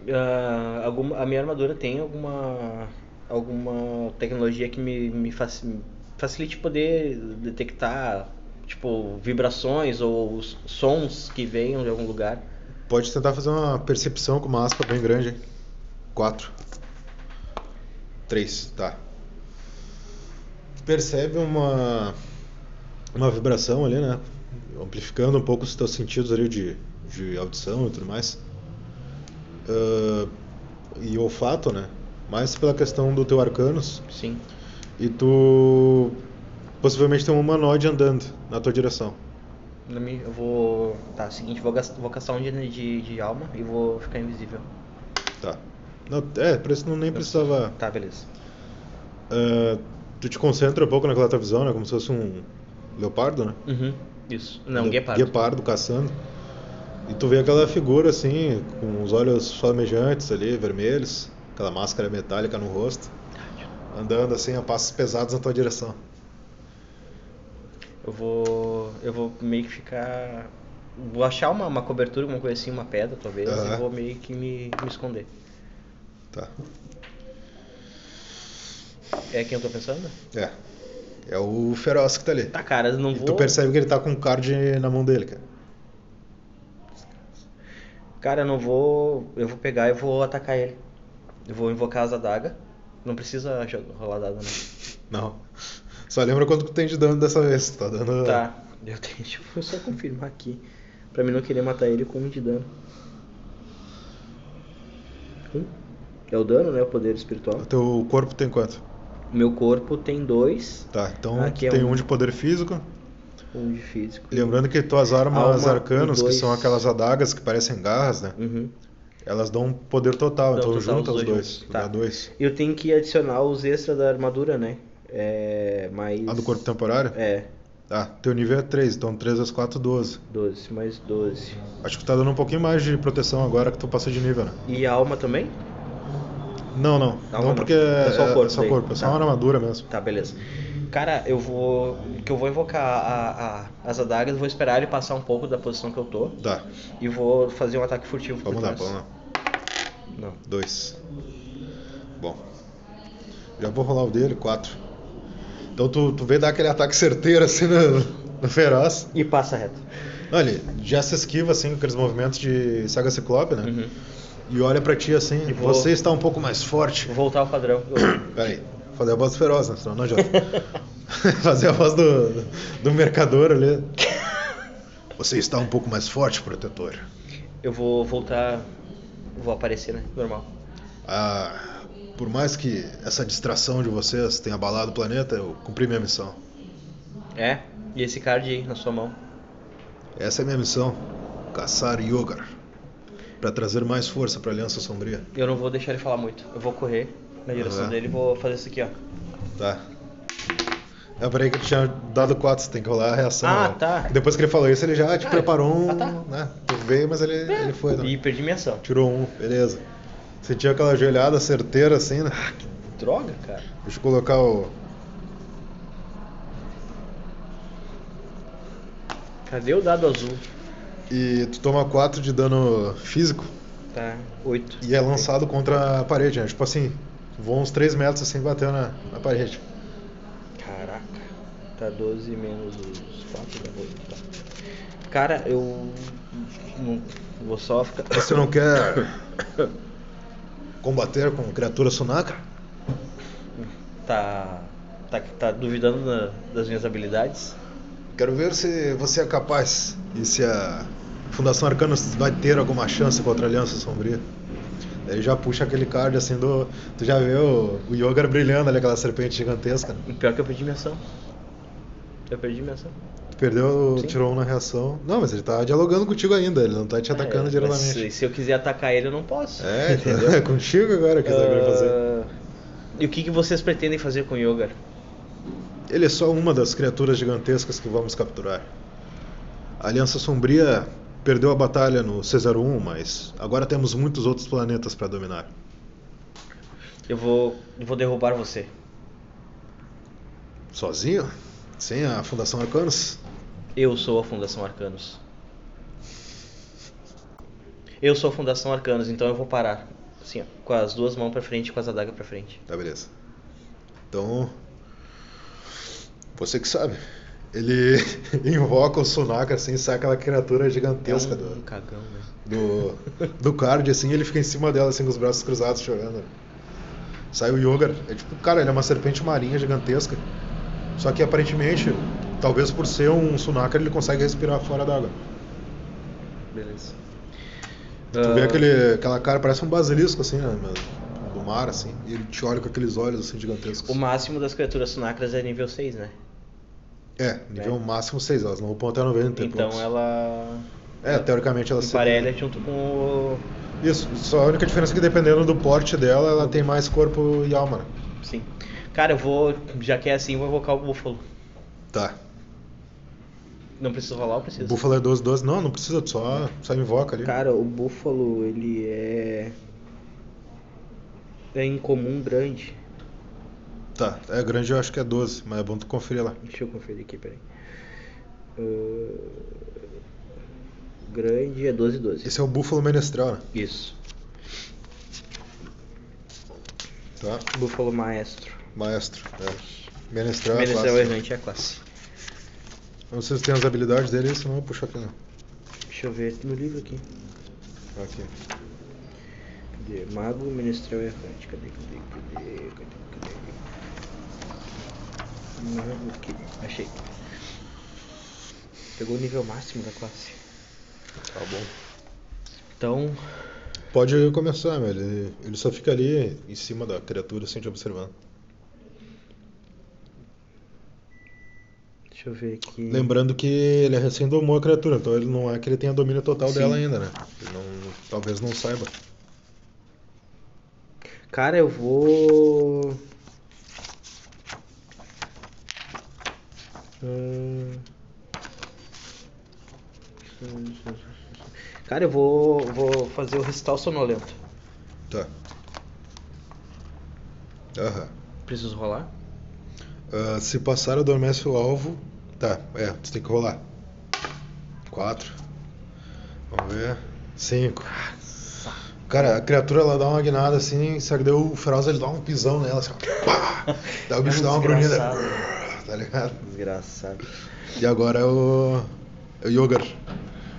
S2: Ah, alguma, a minha armadura tem alguma alguma tecnologia que me, me faci- facilite poder detectar tipo vibrações ou os sons que venham de algum lugar.
S1: Pode tentar fazer uma percepção com uma aspa bem grande, hein? 4. 3, tá. Tu percebe uma uma vibração ali, né? Amplificando um pouco os teus sentidos ali de, de audição e tudo mais. Ah, e olfato, né? Mais pela questão do teu arcanos.
S2: Sim.
S1: E tu possivelmente tem um humanoide andando na tua direção.
S2: Na minha- Eu vou. Tá, seguinte, vou, gas- vou caçar um de, de, de alma e vou ficar invisível.
S1: Tá. Não, é, por isso não nem precisava.
S2: Tá, beleza.
S1: Ah, tu te concentra um pouco naquela tua visão, né? Como se fosse um leopardo, né?
S2: Uhum. Isso. Não,
S1: Le-
S2: guepardo.
S1: Guepardo caçando. E tu vê aquela figura assim, com os olhos flamejantes ali, vermelhos, aquela máscara metálica no rosto, andando assim a passos pesados na tua direção.
S2: Eu vou. Eu vou meio que ficar. Vou achar uma, uma cobertura, alguma coisa assim, uma pedra talvez,
S1: Aham.
S2: e vou meio que me, me esconder.
S1: Tá.
S2: É quem eu tô pensando?
S1: É. É o feroz que tá ali.
S2: Tá, cara, eu não
S1: E
S2: vou.
S1: tu percebe que ele tá com um card na mão dele, cara.
S2: Cara, eu não vou. Eu vou pegar e vou atacar ele. Eu vou invocar as adaga. Não precisa jo- rolar dado, né?
S1: Não. Só lembra quanto que tu tem de dano dessa vez. Tá dando.
S2: Tá. Eu tenho. Deixa eu só confirmar aqui. Pra mim não querer matar ele com um de dano. Um? É o dano, né? O poder espiritual.
S1: O teu corpo tem quanto?
S2: Meu corpo tem dois.
S1: Tá, então
S2: Aqui é
S1: tem
S2: um.
S1: um de poder físico.
S2: Um de físico.
S1: Lembrando que tuas armas
S2: Alma,
S1: arcanos,
S2: um, dois.
S1: que são aquelas adagas que parecem garras, né?
S2: Uhum.
S1: Elas dão um poder total,
S2: Dão
S1: então
S2: total
S1: junta
S2: os
S1: os
S2: dois
S1: dois.
S2: juntos, tá.
S1: Dá dois.
S2: Eu tenho que adicionar os extras da armadura, né? É. Mas.
S1: A do corpo temporário?
S2: É.
S1: Ah, teu nível é 3, então 3 vezes 4, 12.
S2: 12 mais 12.
S1: Acho que tá dando um pouquinho mais de proteção agora que tu passou de nível, né?
S2: E a alma também?
S1: Não, não.
S2: Não,
S1: Não,
S2: não.
S1: porque
S2: É
S1: é
S2: só o corpo
S1: é só,
S2: daí.
S1: corpo, é só
S2: Tá.
S1: uma armadura mesmo.
S2: Tá, beleza. Cara, eu vou. Que eu vou invocar a, a- as adagas, vou esperar ele passar um pouco da posição que eu tô.
S1: Tá,
S2: E vou fazer um ataque furtivo por
S1: vamos lá,
S2: trás.
S1: vamos lá.
S2: Não.
S1: 2. Bom. Já vou rolar o dele, 4. Então tu, tu vem dar aquele ataque certeiro assim no, no feroz.
S2: E passa reto.
S1: Não, ele já se esquiva assim com aqueles movimentos de saga ciclope, né? E olha pra ti assim,
S2: Uhum. E vou-
S1: você está um pouco mais forte.
S2: Vou voltar ao padrão. Eu-
S1: Peraí, fazer a voz do feroz, né? Senão não adianta. fazer a voz do, do mercador ali. Você está um pouco mais forte, protetor.
S2: Eu vou voltar. Vou aparecer, né? Normal.
S1: Ah, por mais que essa distração de vocês tenha abalado o planeta, eu cumpri minha missão.
S2: É? E esse card aí na sua mão?
S1: Essa é minha missão: caçar Yogar para trazer mais força para a Aliança Sombria.
S2: Eu não vou deixar ele falar muito. Eu vou correr na direção
S1: Aham.
S2: dele e vou fazer isso aqui, ó.
S1: Tá. Ah, peraí que eu tinha dado 4, você tem que rolar a reação.
S2: Ah,
S1: né?
S2: tá.
S1: Depois que ele falou isso, ele já te
S2: Ah,
S1: preparou um.
S2: ah, tá. É.
S1: né? Tu veio, mas ele, ele foi. né?
S2: E perdi minha ação.
S1: Tirou um, beleza. Sentiu aquela joelhada certeira assim, né?
S2: Droga, cara.
S1: Deixa eu colocar o.
S2: Cadê o dado azul?
S1: E tu toma 4 de dano físico
S2: Tá, oito.
S1: e é lançado contra a parede, né? Tipo assim, voa uns 3 metros assim, bateu na, na parede.
S2: Caraca. Tá 12 menos os 4 da 8. Tá. Cara, eu. Não, vou só ficar.
S1: Você não quer combater com criatura sunaka?
S2: Tá. Tá, tá duvidando da- das minhas habilidades?
S1: Quero ver se você é capaz e se a Fundação Arcanos vai ter alguma chance contra a Aliança Sombria. Daí já puxa aquele card assim do. Tu já vê o, o Yogar brilhando ali, aquela serpente gigantesca. né?
S2: E Pior que eu perdi minha ação. Eu perdi minha ação.
S1: Tu perdeu,
S2: Sim.
S1: tirou um na reação. Não, mas ele tá dialogando contigo ainda, ele não tá te atacando
S2: Ah, é, mas
S1: diretamente.
S2: Se, se eu quiser atacar ele, eu não posso.
S1: É, entendeu? É contigo agora que você vai fazer.
S2: Ah, E o que, que vocês pretendem fazer com o Yogar?
S1: Ele é só uma das criaturas gigantescas que vamos capturar. A Aliança Sombria perdeu a batalha no César 1, mas agora temos muitos outros planetas para dominar.
S2: Eu vou, eu vou derrubar você.
S1: Sozinho? Sem a Fundação Arcanos?
S2: Eu sou a Fundação Arcanos. Eu sou a Fundação Arcanos, então eu vou parar. Assim, ó, com as duas mãos pra frente e com as adagas pra frente.
S1: Tá, beleza. Então. Você que sabe. Ele invoca o Sunaka assim, sai aquela criatura gigantesca
S2: é um
S1: do,
S2: cagão, né?
S1: do, do card, assim, ele fica em cima dela, assim, com os braços cruzados, chorando. Sai o Yogar. É tipo, cara, ele é uma serpente marinha gigantesca. Só que aparentemente, talvez por ser um Sunaka, ele consegue respirar fora d'água.
S2: Beleza.
S1: Tu
S2: Ah.
S1: vê aquele, aquela cara, parece um basilisco, assim, né? mas Do mar, assim. E ele te olha com aqueles olhos, assim, gigantescos.
S2: O máximo das criaturas sunacras é nível 6, né?
S1: É, nível
S2: É.
S1: máximo 6, elas não vão um até 90 e
S2: então
S1: poucos.
S2: ela.
S1: É, teoricamente ela
S2: emparelha junto com o.
S1: Isso, só a única diferença é que dependendo do porte dela,
S2: Uhum.
S1: ela tem mais corpo e alma, né?
S2: Sim. Cara, eu vou. Já que é assim, eu vou invocar o búfalo.
S1: Tá.
S2: Não preciso rolar, eu preciso.
S1: Búfalo é 12, 12. Não, não precisa, tu só, só invoca ali.
S2: Cara, o búfalo, ele é. É incomum grande.
S1: Tá, é grande, eu acho que é 12, mas é bom tu conferir lá.
S2: Deixa eu conferir aqui, peraí. Ahn, grande é 12 12.
S1: Esse é o búfalo menestral, né?
S2: Isso.
S1: Tá,
S2: Búfalo maestro.
S1: maestro. É. Menestral, é
S2: Menezes é o
S1: clássico.
S2: errante, é a classe.
S1: Não sei se tem as habilidades dele, senão eu vou puxar aqui, né? não.
S2: Deixa eu ver no livro aqui.
S1: Aqui.
S2: Cadê? Mago, menestrel errante. Cadê, cadê, cadê, cadê, cadê? Mago aqui. Achei. Pegou o nível máximo da classe.
S1: Tá bom.
S2: Então,
S1: Pode começar, meu. Ele, ele só fica ali em cima da criatura, assim, te observando.
S2: deixa eu ver aqui.
S1: Lembrando que ele é recém domou a criatura, então ele não é que ele tenha domínio total
S2: Sim.
S1: dela ainda, né? Ele não, talvez não saiba.
S2: Cara, eu vou. Hum. Cara, eu vou, vou fazer o recital sonolento.
S1: Tá. Aham.
S2: Preciso rolar?
S1: Ah, se passar, adormece o alvo. Tá, é, você tem que rolar. Quatro. Vamos ver. Cinco. Cara, a criatura ela dá uma guinada assim, só que daí o feroz ele dá um pisão nela, assim, ó, pá!
S2: É
S1: Daí o bicho dá uma grunhida.
S2: Desgraçado.
S1: Tá ligado?
S2: Desgraçado.
S1: E agora é o. É o Yogar.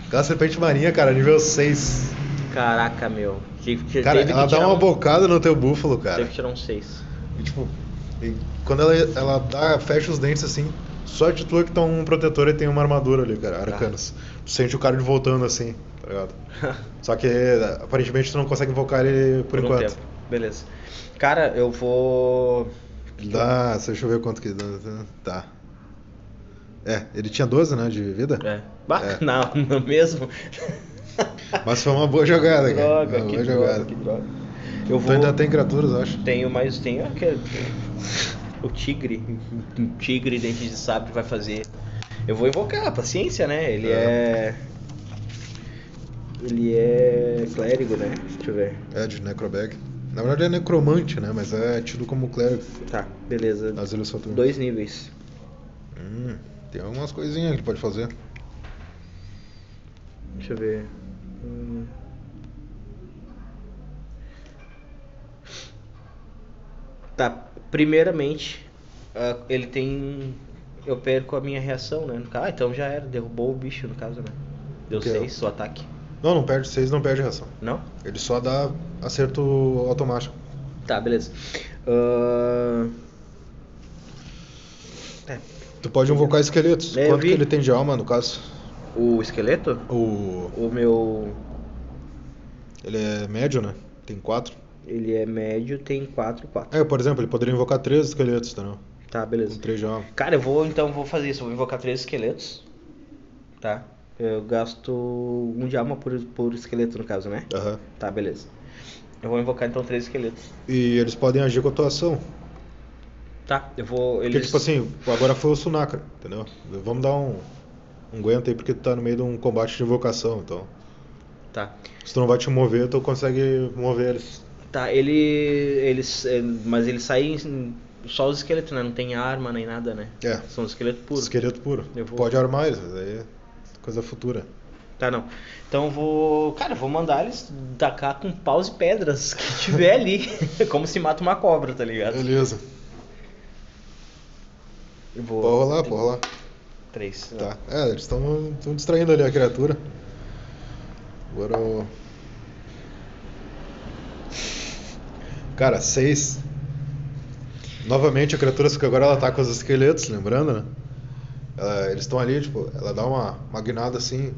S1: Aquela serpente marinha, cara, nível 6.
S2: Caraca, meu. Tive que-
S1: Cara,
S2: teve que
S1: ela dá
S2: tirar
S1: uma
S2: um-
S1: bocada no teu búfalo, cara.
S2: Teve que tirar um 6.
S1: E, tipo, e quando ela, ela dá, fecha os dentes assim, sorte tua que tá um protetor e tem uma armadura ali, cara,
S2: Tá.
S1: arcanos. Tu sente o cara voltando assim, tá ligado? Só que eh, aparentemente tu não consegue invocar ele por,
S2: um
S1: enquanto.
S2: tempo. Beleza. Cara, eu vou.
S1: Ele dá, deixa eu ver quanto que dá. Tá. É, ele tinha 12, né, de vida?
S2: É. Bah,
S1: É.
S2: Não, não mesmo?
S1: Mas foi uma boa jogada, cara.
S2: droga,
S1: uma
S2: que
S1: boa
S2: droga, que droga.
S1: Tu
S2: Eu vou.
S1: Então ainda tem criaturas, eu acho.
S2: Tenho mais. Tenho aquele. O tigre. Um tigre dente de sabre vai fazer. Eu vou invocar, paciência, né? Ele é. Ele é clérigo, né? Deixa eu ver.
S1: É, de Necrobag. Na verdade é necromante, né? Mas é tido como clérigo
S2: Tá, beleza.
S1: nas ilhas Saturno.
S2: Dois níveis.
S1: Hum, tem algumas coisinhas que ele pode fazer.
S2: Deixa eu ver. Hum. Tá, primeiramente, ah, ele tem. Eu perco a minha reação, né? No caso, Ah, então já era, derrubou o bicho, no caso, né? Deu
S1: Deu.
S2: 6 o ataque.
S1: Não, não perde 6, não perde reação.
S2: Não?
S1: Ele só dá acerto automático.
S2: Tá, beleza. Ah,
S1: Tu pode invocar esqueletos.
S2: É, eu
S1: Quanto que
S2: vi.
S1: ele tem de alma, no caso?
S2: O esqueleto?
S1: O.
S2: O meu.
S1: Ele é médio, né? Tem 4.
S2: Ele é médio, tem 4, 4.
S1: É, por exemplo, ele poderia invocar 3 esqueletos, entendeu?
S2: Tá,
S1: Com
S2: beleza.
S1: 3 de alma.
S2: Cara, eu vou então vou fazer isso. Eu vou invocar três esqueletos. Tá? Eu gasto um de alma por, por esqueleto, no caso, né?
S1: Aham.
S2: Tá, beleza. Eu vou invocar então três esqueletos.
S1: E eles podem agir com a tua ação.
S2: Tá, eu vou.
S1: Porque,
S2: Eles...
S1: tipo assim, agora foi o Sunaka, entendeu? Vamos dar um. Um aguenta aí, porque tu tá no meio de um combate de invocação, então.
S2: Tá.
S1: Se tu não vai te mover, tu consegue mover eles.
S2: Tá, ele. Eles. ele- Mas eles saem. Só os esqueletos, né? Não tem arma nem nada, né?
S1: É.
S2: São os esqueletos puros.
S1: Esqueleto puro.
S2: Eu vou-
S1: Pode armar eles, mas aí é coisa futura.
S2: Tá, não. Então eu vou. Cara, eu vou mandar eles tacar com paus e pedras que tiver ali. Como se mata uma cobra, tá ligado?
S1: Beleza.
S2: Eu vou.
S1: Pode rolar, pode rolar.
S2: Três.
S1: Tá. É, eles estão distraindo ali a criatura. Agora o. Cara, seis. Novamente a criatura, só que agora ela ataca os esqueletos, lembrando, né? Ela- eles estão ali, tipo, ela dá uma, uma guinada assim.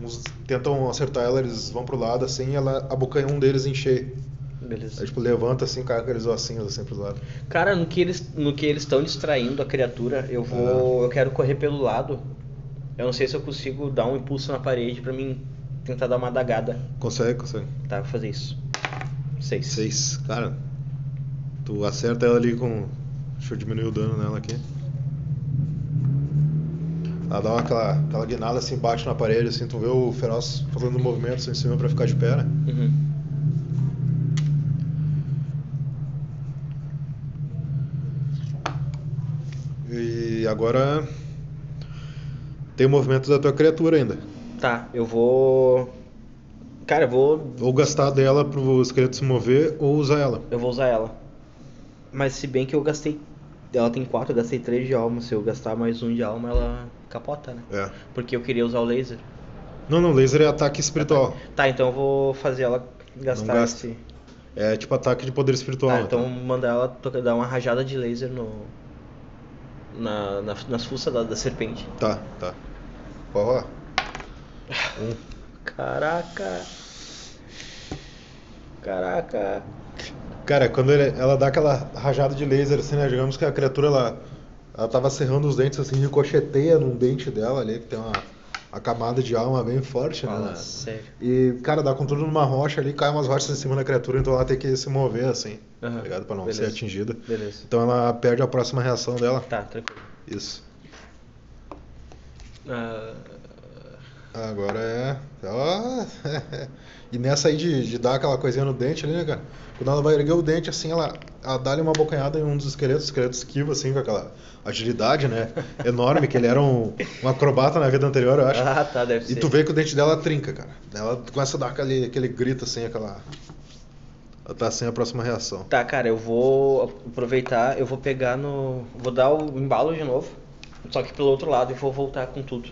S1: Uns tentam acertar ela, eles vão pro lado assim e ela abocanha um deles em cheio.
S2: Beleza.
S1: Aí, tipo, levanta assim, cai com aqueles ossinhos assim pros lados.
S2: Cara, no que eles no que eles estão distraindo a criatura, eu vou, eu quero correr pelo lado. Eu não sei se eu consigo dar um impulso na parede pra mim tentar dar uma dagada.
S1: Consegue, consegue.
S2: Tá, vou fazer isso. Seis.
S1: Seis, cara. Tu acerta ela ali com. Deixa eu diminuir o dano nela aqui. Ela dá uma, aquela, aquela guinada assim, bate na parede, assim, tu vê o feroz fazendo movimentos em cima pra ficar de pé, né?
S2: Uhum.
S1: E agora. Tem o movimento da tua criatura ainda.
S2: Tá, eu vou Cara, eu vou
S1: Ou gastar dela pro esqueleto se mover, ou usar ela.
S2: eu vou usar ela. Mas se bem que eu gastei ela tem quatro, eu gastei três de alma. Se eu gastar mais um de alma, ela capota, né?
S1: É.
S2: Porque eu queria usar o laser.
S1: Não, não, laser é ataque espiritual.
S2: Tá, então eu vou fazer ela gastar
S1: gasta.
S2: esse
S1: É tipo ataque de poder espiritual.
S2: Tá,
S1: né?
S2: então mandar ela toca- dar uma rajada de laser no. Na, na- nas fuças da, da serpente.
S1: Tá, tá. Pode rolar.
S2: Caraca! Caraca!
S1: Cara, quando ele- ela dá aquela rajada de laser, assim, né? Digamos que a criatura, ela, ela tava serrando os dentes, assim, ricocheteia num dente dela ali, que tem uma, uma camada de alma bem forte, né?
S2: Fala sério.
S1: E, cara, dá com tudo numa rocha ali, cai umas rochas em cima da criatura, então ela tem que se mover, assim,
S2: Aham.
S1: tá ligado? Pra não
S2: Beleza.
S1: ser atingida.
S2: Beleza.
S1: Então ela perde a próxima reação dela.
S2: Tá, tranquilo.
S1: Isso.
S2: Ah,
S1: Agora é. Ó. E nessa aí de, de dar aquela coisinha no dente ali, né, cara? Quando ela vai erguer o dente, assim, ela, ela dá-lhe uma bocanhada em um dos esqueletos, o esqueleto esquiva, assim, com aquela agilidade, né? Enorme, que ele era um, um acrobata na vida anterior, eu acho.
S2: ah, tá, deve
S1: E
S2: ser.
S1: tu vê que o dente dela trinca, cara. Ela começa a dar aquele, aquele grito, assim, aquela. Ela tá sem a próxima reação.
S2: Tá, cara, eu vou aproveitar, eu vou pegar no. Vou dar o embalo de novo. Só que pelo outro lado e vou voltar com tudo.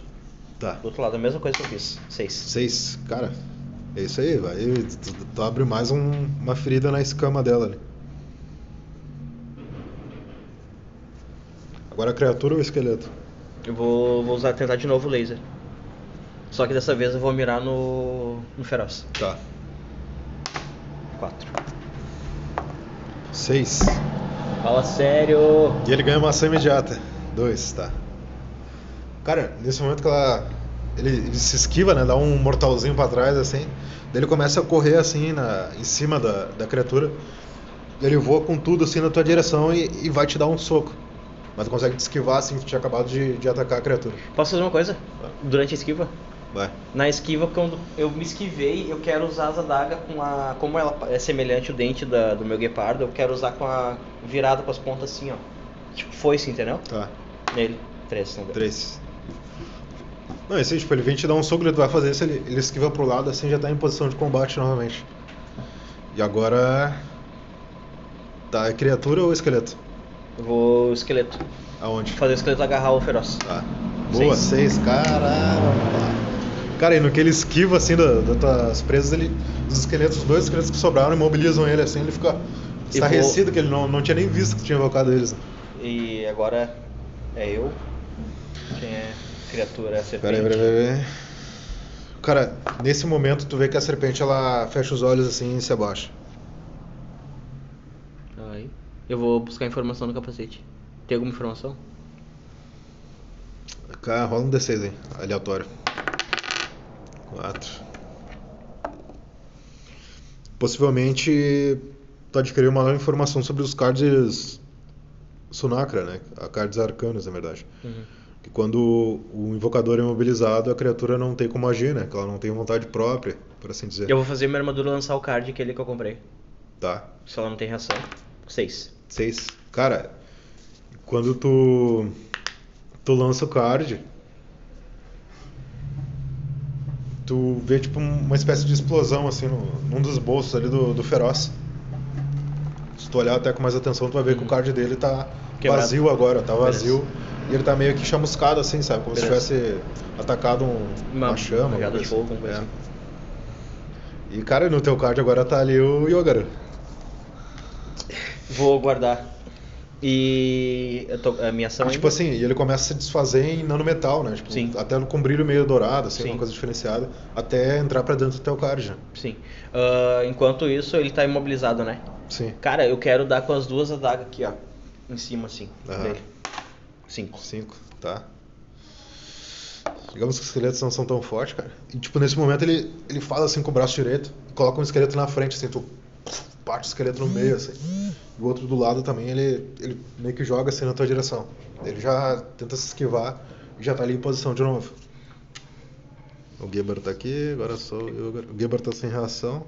S1: Tá.
S2: Do outro lado, a mesma coisa que eu fiz. Seis.
S1: Seis, cara. É isso aí, vai. Tu, tu abre mais um- uma ferida na escama dela ali. Agora a criatura ou o esqueleto?
S2: Eu vou, vou usar, tentar de novo o laser. Só que dessa vez eu vou mirar no. no feroz.
S1: Tá.
S2: Quatro.
S1: Seis.
S2: Fala sério!
S1: E ele ganha uma ação imediata. Dois, tá. Cara, nesse momento que ela. Ele, ele se esquiva, né? Dá um mortalzinho pra trás, assim. Daí ele começa a correr, assim, na, em cima da, da criatura. Ele voa com tudo, assim, na tua direção e, e vai te dar um soco. Mas tu consegue te esquivar, assim, que tu tinha acabado de, de atacar a criatura.
S2: Posso fazer uma coisa? Durante a esquiva?
S1: Vai.
S2: Na esquiva, quando eu me esquivei, eu quero usar as adagas com a. Como ela é semelhante o dente da- do meu guepardo, eu quero usar com a. virada com as pontas assim, ó. Tipo, foice, entendeu?
S1: Tá.
S2: Nele. Três, não deu.
S1: Três. Não, esse, tipo, ele vem te dar um soco, ele vai fazer isso, ele, ele esquiva pro lado, assim, já tá em posição de combate novamente. E agora. Tá, é criatura ou esqueleto?
S2: Eu Vou esqueleto.
S1: Aonde?
S2: Fazer o esqueleto agarrar o feroz.
S1: Tá. Boa, seis, caralho. Cara, e no que ele esquiva, assim, da- das tuas presas, ele, dos esqueletos, os dois esqueletos que sobraram, imobilizam ele, assim, ele fica estarrecido, que ele não, não tinha nem visto que tinha evocado eles. né?
S2: E agora é eu. Quem é criatura serpente?
S1: Peraí, peraí, peraí. peraí. Cara, nesse momento tu vê que a serpente ela fecha os olhos assim e se abaixa.
S2: Calma aí. Eu vou buscar informação no capacete. Tem alguma informação?
S1: Cara, rola um D6 aí, aleatório. 4. Possivelmente tu adquiriu uma nova informação sobre os cards Sunakra, né? A cards arcanos, na verdade.
S2: Uhum.
S1: Que quando o invocador é imobilizado, a criatura não tem como agir, né? Que ela não tem vontade própria, por assim dizer.
S2: Eu vou fazer minha armadura lançar o card, aquele que eu comprei.
S1: Tá.
S2: Se ela não tem reação. Seis.
S1: Seis. Cara, quando tu tu lança o card, tu vê tipo um- uma espécie de explosão assim no, num dos bolsos ali do, do feroz. Se tu olhar até com mais atenção, tu vai ver que o card dele tá
S2: Uhum. Quebrado.
S1: vazio agora, tá
S2: Beleza.
S1: vazio. E ele tá meio que chamuscado assim, sabe? Como se
S2: Beleza.
S1: tivesse atacado um, uma,
S2: Uma-
S1: chama.
S2: uma
S1: alguma
S2: jada de
S1: coisa.
S2: fogo, alguma coisa
S1: É.
S2: assim.
S1: E cara, no teu card agora tá ali o Yogaru. É.
S2: Vou guardar. E eu tô, a minha ação
S1: Tipo
S2: ainda?
S1: assim, e ele começa a se desfazer em nanometal, né? Tipo,
S2: Então Sim.
S1: até com brilho meio dourado, assim,
S2: Sim.
S1: uma coisa diferenciada, até entrar pra dentro do teu card. né?
S2: Sim. Ah, enquanto isso, ele tá imobilizado, né?
S1: Sim.
S2: Cara, eu quero dar com as duas adagas aqui, ó. Em cima, assim.
S1: Aham.
S2: Dele. Cinco.
S1: Cinco, tá. Digamos que os esqueletos não são tão fortes, cara. E tipo, nesse momento ele, ele fala assim com o braço direito, coloca um esqueleto na frente, assim, tu parte o esqueleto no meio, assim. E o outro do lado também, ele, ele meio que joga assim na tua direção. Ele já tenta se esquivar e já tá ali em posição de novo. O Geber tá aqui, agora sou eu. O Geber tá sem reação.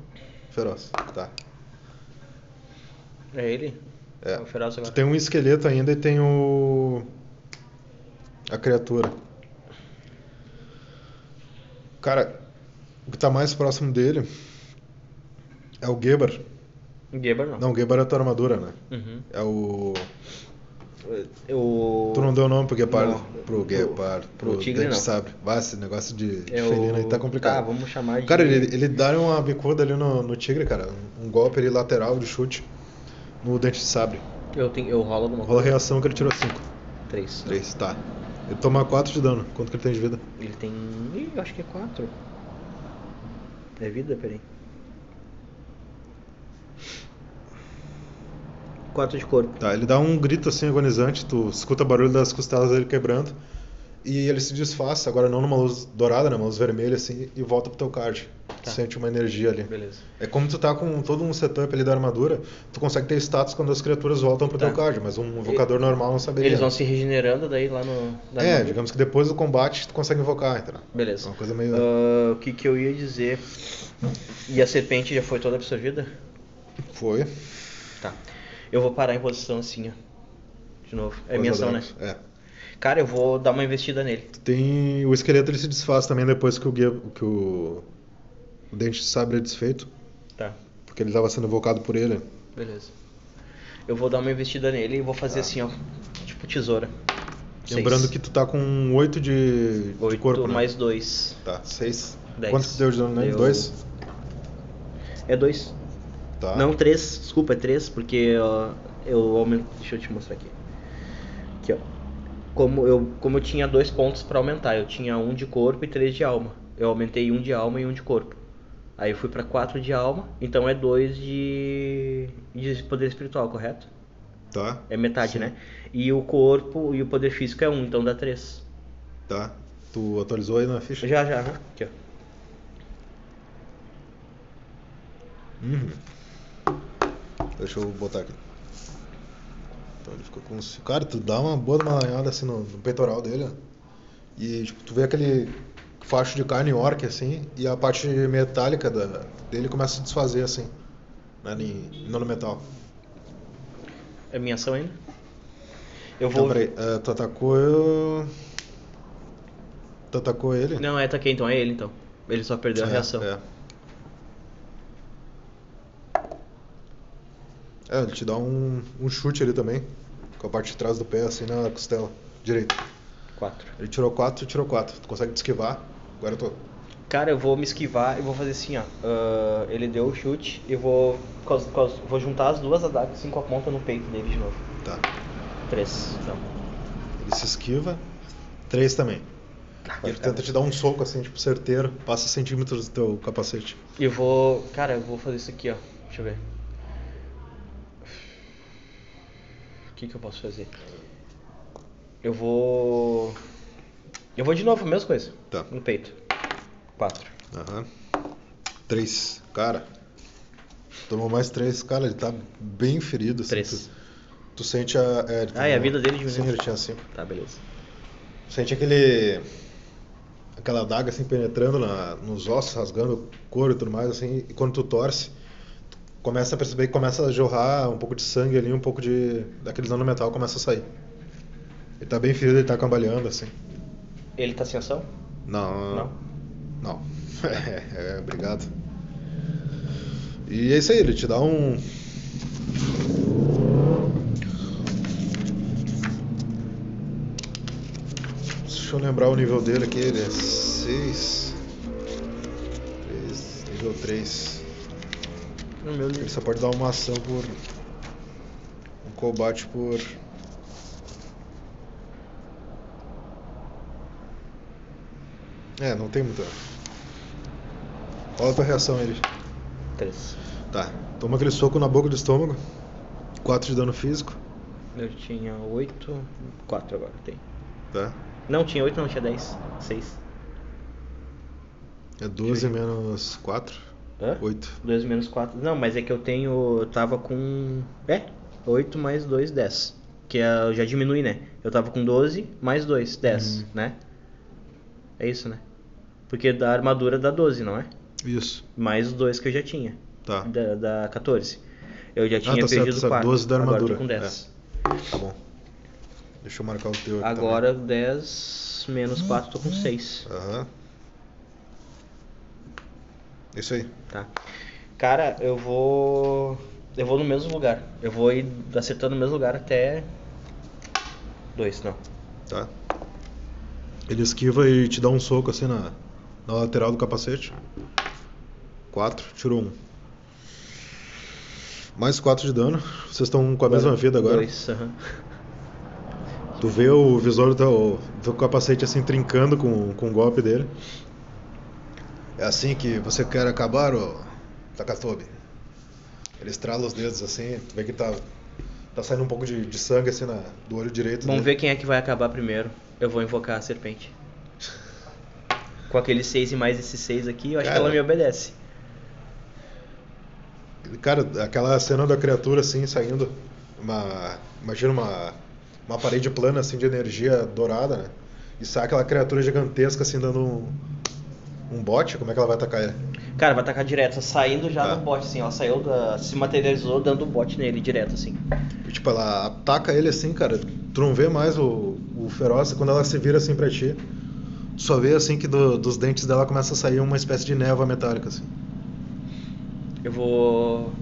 S1: Feroz, tá.
S2: É ele?
S1: É.
S2: o feroz
S1: Tu
S2: agora.
S1: tem um esqueleto ainda e tem o. A criatura. Cara, o que tá mais próximo dele é o Gebar.
S2: um Geber não.
S1: Não, o Gebar é a tua armadura, né?
S2: Uhum.
S1: É o.
S2: O...
S1: Tu não deu nome pro Guepardo?
S2: Não.
S1: Pro Guepardo, pro,
S2: pro tigre,
S1: Dente
S2: não.
S1: Sabre. Vai, esse negócio de, de
S2: É
S1: felino aí
S2: o-
S1: tá complicado.
S2: Tá, vamos chamar de...
S1: Cara, ele, ele dá uma bicuda ali no, no tigre, cara. Um golpe ali lateral de chute no Dente de Sabre.
S2: Eu, tenho... eu rolo alguma
S1: Rola a
S2: coisa?
S1: reação que ele tirou assim. 5.
S2: Três.
S1: 3, tá. Ele toma 4 de dano. Quanto que ele tem de vida?
S2: Ele tem... Ih, eu acho que é quatro. É vida? Peraí. Quatro de corpo.
S1: Tá, ele dá um grito assim agonizante, tu escuta o barulho das costelas dele quebrando.
S2: Tá.
S1: E ele se desfaz, agora não numa luz dourada, né? Uma luz vermelha assim, e volta pro teu card. Tu sente uma energia ali.
S2: Beleza.
S1: É como tu tá com todo um setup ali da armadura, tu consegue ter status quando as criaturas voltam pro
S2: Tá.
S1: teu card, mas um invocador normal não saberia.
S2: Eles vão se regenerando daí lá no. na-
S1: É, digamos que depois do combate tu consegue invocar, entendeu? É
S2: Beleza.
S1: uma coisa meio.
S2: Ah, o que, que eu ia dizer? E a serpente já foi toda absorvida?
S1: Foi.
S2: Tá. Eu vou parar em posição assim, ó. De novo. É minha
S1: Coisa
S2: ação, né?
S1: delas. É.
S2: Cara, eu vou dar uma investida nele.
S1: Tem. O esqueleto ele se desfaz também depois que o guia. que o. O dente de sabre é desfeito.
S2: Tá.
S1: Porque ele tava sendo invocado por ele.
S2: Beleza. Eu vou dar uma investida nele e vou fazer assim, ó. Tipo tesoura.
S1: Lembrando que tu tá com 8 de, de
S2: 8
S1: corpo. né?
S2: mais 2.
S1: Tá, 6.
S2: Dez.
S1: Quanto que deu de dano nele?
S2: Deu-
S1: 2?
S2: É 2.
S1: Tá.
S2: Não, 3. Desculpa, é 3, porque ó, eu aumento. Deixa eu te mostrar aqui. Aqui, ó. Como eu, como eu tinha dois pontos pra aumentar, eu tinha um de corpo e três de alma. Eu aumentei um de alma e um de corpo. Aí eu fui pra quatro de alma, então é dois de, de poder espiritual, correto?
S1: Tá,
S2: É metade,
S1: Sim.
S2: né? E o corpo e o poder físico é um, então dá três.
S1: tá. Tu atualizou aí na ficha?
S2: Já, já, né? Aqui, ó.
S1: Uhum. Deixa eu botar aqui. Então ele ficou com. os- Cara, tu dá uma boa malanhada assim no, no peitoral dele, ó. E tipo, tu vê aquele facho de carne orc assim, e a parte metálica da- dele começa a se desfazer assim. Né, em, não no metal.
S2: É minha ação ainda? Eu
S1: Então
S2: vou.
S1: peraí, eh, tu atacou. eu- Tu atacou ele?
S2: Não, é taquei então, é ele então. Ele só perdeu a
S1: É,
S2: reação.
S1: É. É, ele te dá um, um chute ali também. Com a parte de trás do pé, assim, na costela. Direito.
S2: Quatro.
S1: Ele tirou 4, tu tirou 4. Tu consegue te esquivar. Agora eu tô.
S2: Cara, eu vou me esquivar e vou fazer assim, ó. Ah, ele deu o chute e vou. cos- cos- vou juntar as duas adagas assim com a ponta no peito dele de novo.
S1: Tá.
S2: Três. Então.
S1: Ele se esquiva. 3 também. E ele tenta te dar um soco, assim, tipo, certeiro. Passa centímetros do teu capacete.
S2: E eu vou. Cara, eu vou fazer isso aqui, ó. Deixa eu ver. O que, que eu posso fazer? Eu vou. Eu vou de novo, mesma coisa.
S1: Tá.
S2: No peito. Quatro.
S1: Aham. 3. Cara. Tomou mais 3. Cara, ele tá bem ferido. Assim,
S2: Três.
S1: Tu, tu sente a. É, ele
S2: Ah, e a
S1: tomou-
S2: vida dele diminuiu.
S1: Sim, ele tinha assim. 5.
S2: Tá, beleza.
S1: Sente aquele. aquela adaga assim penetrando na, nos ossos, rasgando o couro e tudo mais, assim, e quando tu torce, tu começa a perceber que começa a jorrar um pouco de sangue ali, um pouco de. daqueles nanometal começa a sair. Ele tá bem ferido, ele tá cambaleando, assim.
S2: Ele tá sem ação?
S1: Não.
S2: Não.
S1: Não. É, é, obrigado. E é isso aí, ele te dá um. Deixa eu lembrar o nível dele aqui, ele é 6. 3, nível 3.
S2: No meu
S1: Ele só pode dar uma ação por. Um combate por. É, não tem muita. Olha a tua reação ele.
S2: Três.
S1: Tá. Toma aquele soco na boca do estômago. 4 de dano físico.
S2: Eu tinha oito. Quatro agora, tem.
S1: Tá.
S2: Não, tinha oito, não, tinha dez. Seis.
S1: É 12 menos 4. É?
S2: Hã?
S1: 8.
S2: 2 menos 4. Não, mas é que eu tenho. Eu tava com. É? 8 mais 2, 10. Que é- eu já diminui, né? Eu tava com 12 mais 2,
S1: Uhum.
S2: 10, né? É isso, né? Porque da armadura dá 12, não é?
S1: Isso.
S2: Mais os 2 que eu já tinha.
S1: Tá.
S2: Da, da 14. Eu já tinha
S1: tá certo,
S2: perdido
S1: tá certo.
S2: 4.
S1: 12 da
S2: Agora
S1: armadura,
S2: eu tô com 10.
S1: Tá bom. Deixa eu marcar o teu aqui.
S2: Agora 10 menos 4, tô com 6.
S1: também. Aham. Isso aí.
S2: Tá. Cara, eu vou. Eu vou no mesmo lugar. Eu vou ir acertando no mesmo lugar até. Dois, não.
S1: Tá. Ele esquiva e te dá um soco assim na, na lateral do capacete. 4, tirou 1. Um. Mais 4 de dano. Vocês estão com a mesma vida agora.
S2: Dois, aham.
S1: Tu vê o visor do teu, do capacete assim trincando com, com o golpe dele. É assim que você quer acabar, ô Takatobi? Ele estrala os dedos assim, tu vê que tá, tá saindo um pouco de, de sangue assim na, do olho direito
S2: Vamos
S1: dele.
S2: ver quem é que vai acabar primeiro. Eu vou invocar a serpente. com aqueles seis e mais esses seis aqui, eu acho
S1: Cara.
S2: que ela me obedece.
S1: Cara, aquela cena da criatura assim saindo. Uma, imagina uma, uma parede plana assim de energia dourada, né? E sai aquela criatura gigantesca assim dando um, um bote. Como é que ela vai atacar ele?
S2: Cara, vai atacar direto, tá saindo já
S1: Tá.
S2: do bote, assim, ela saiu da. se materializou dando o bote nele direto, assim.
S1: E, tipo, ela ataca ele assim, cara. Tu não vê mais o, o feroz. Quando ela se vira assim pra ti, tu só vê assim que do- dos dentes dela começa a sair uma espécie de névoa metálica assim.
S2: Eu vou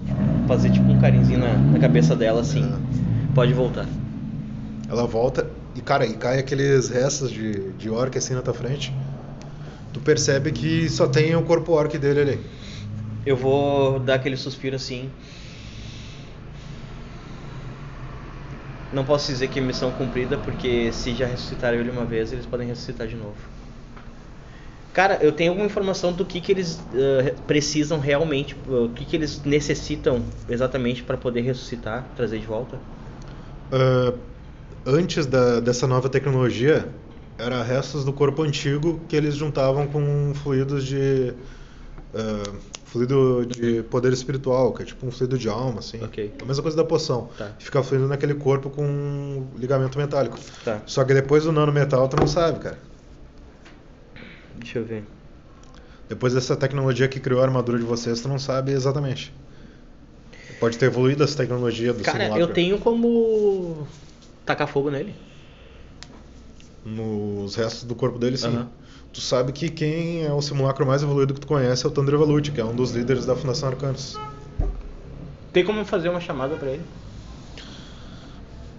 S2: fazer tipo um carinzinho na, na cabeça dela, assim. Pode voltar.
S1: Ela volta e, cara, e cai aqueles restos de, de orc assim na tua frente. Tu percebe que só tem o corpo orc dele ali.
S2: Eu vou dar aquele suspiro assim. Não posso dizer que é missão cumprida, porque se já ressuscitaram ele uma vez, eles podem ressuscitar de novo. Cara, eu tenho alguma informação do que, que eles eh, re- precisam realmente, eh, o que, que eles necessitam exatamente para poder ressuscitar, trazer de volta?
S1: Ah, antes da, dessa nova tecnologia, era restos do corpo antigo que eles juntavam com fluidos de. ah, fluido de poder espiritual, que é tipo um fluido de alma, assim.
S2: Ok.
S1: A mesma coisa da poção.
S2: Tá.
S1: Fica fluindo naquele corpo com ligamento metálico.
S2: Tá,
S1: Só que depois do nanometal, tu não sabe, cara.
S2: deixa eu ver.
S1: Depois dessa tecnologia que criou a armadura de vocês, tu não sabe exatamente. Pode ter evoluído essa tecnologia do
S2: Cara,
S1: simulacro.
S2: eu tenho como tacar fogo nele.
S1: Nos restos do corpo dele, sim.
S2: Aham.
S1: Tu sabe que quem é o simulacro mais evoluído que tu conhece é o Thunder Valut, que é um dos líderes da Fundação Arcanos.
S2: Tem como fazer uma chamada para ele?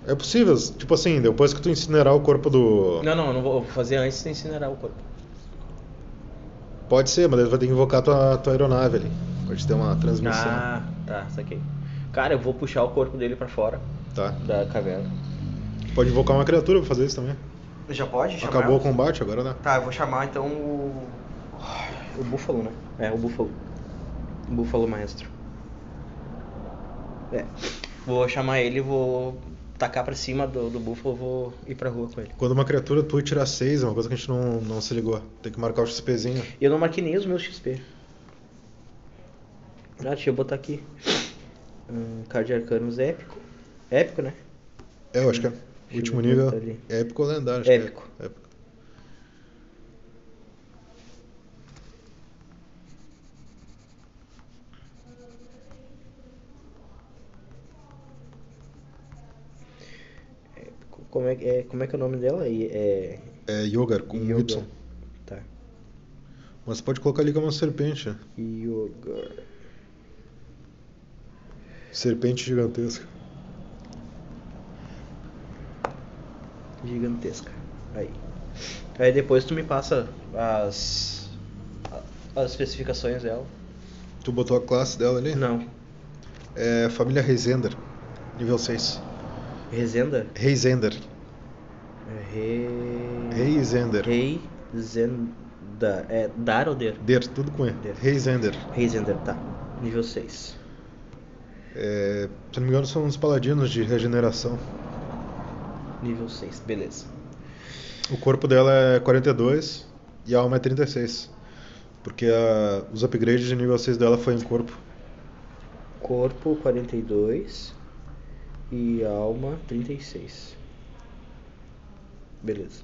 S1: É possível, tipo assim, depois que tu incinerar o corpo do...
S2: Não, não, eu não vou eu vou fazer antes de incinerar o corpo.
S1: Pode ser, mas ele vai ter que invocar tua, tua aeronave ali. Pode ter uma transmissão.
S2: Ah, tá, saquei. Cara, eu vou puxar o corpo dele pra fora
S1: Tá.
S2: da caverna.
S1: Tu Pode invocar uma criatura pra fazer isso também.
S2: Já pode?
S1: Acabou o combate, agora dá.
S2: Tá, eu vou chamar então o. O búfalo, né? É, o búfalo. O búfalo maestro. É. Vou chamar ele, vou tacar pra cima do, do búfalo, vou ir pra rua com ele.
S1: Quando uma criatura tu tirar 6, é uma coisa que a gente não, não se ligou. Tem que marcar o XPzinho.
S2: E eu não marquei nem os meus XP. Ah, deixa eu botar aqui. Hum, card Arcanos épico. Épico, né?
S1: É, eu acho que é. Último
S2: ver
S1: nível.
S2: quanto ali.
S1: Épico ou lendário? acho que é.
S2: Épico.
S1: Épico.
S2: Como é, é- como é que é o nome dela? aí? É.
S1: É Yogar com
S2: Yoga.
S1: Y.
S2: Tá.
S1: Mas você pode colocar ali que é uma serpente. né?
S2: Yoga.
S1: Serpente gigantesca.
S2: Gigantesca. Aí. Aí depois tu me passa as. a- as especificações dela.
S1: Tu botou a classe dela ali?
S2: Não.
S1: É família Reisender. Nível 6.
S2: Rezenda?
S1: Reisender.
S2: É Re.
S1: Reisender.
S2: Reizenda. É Dar ou Der?
S1: Der, tudo com E.
S2: Der.
S1: Reisender.
S2: Reizender, tá. Nível 6.
S1: É, se não me engano, são uns paladinos de regeneração.
S2: Nível 6, beleza.
S1: O corpo dela é 42 e a alma é 36. Porque a- os upgrades de nível 6 dela foi em corpo.
S2: Corpo 42 e alma 36. Beleza.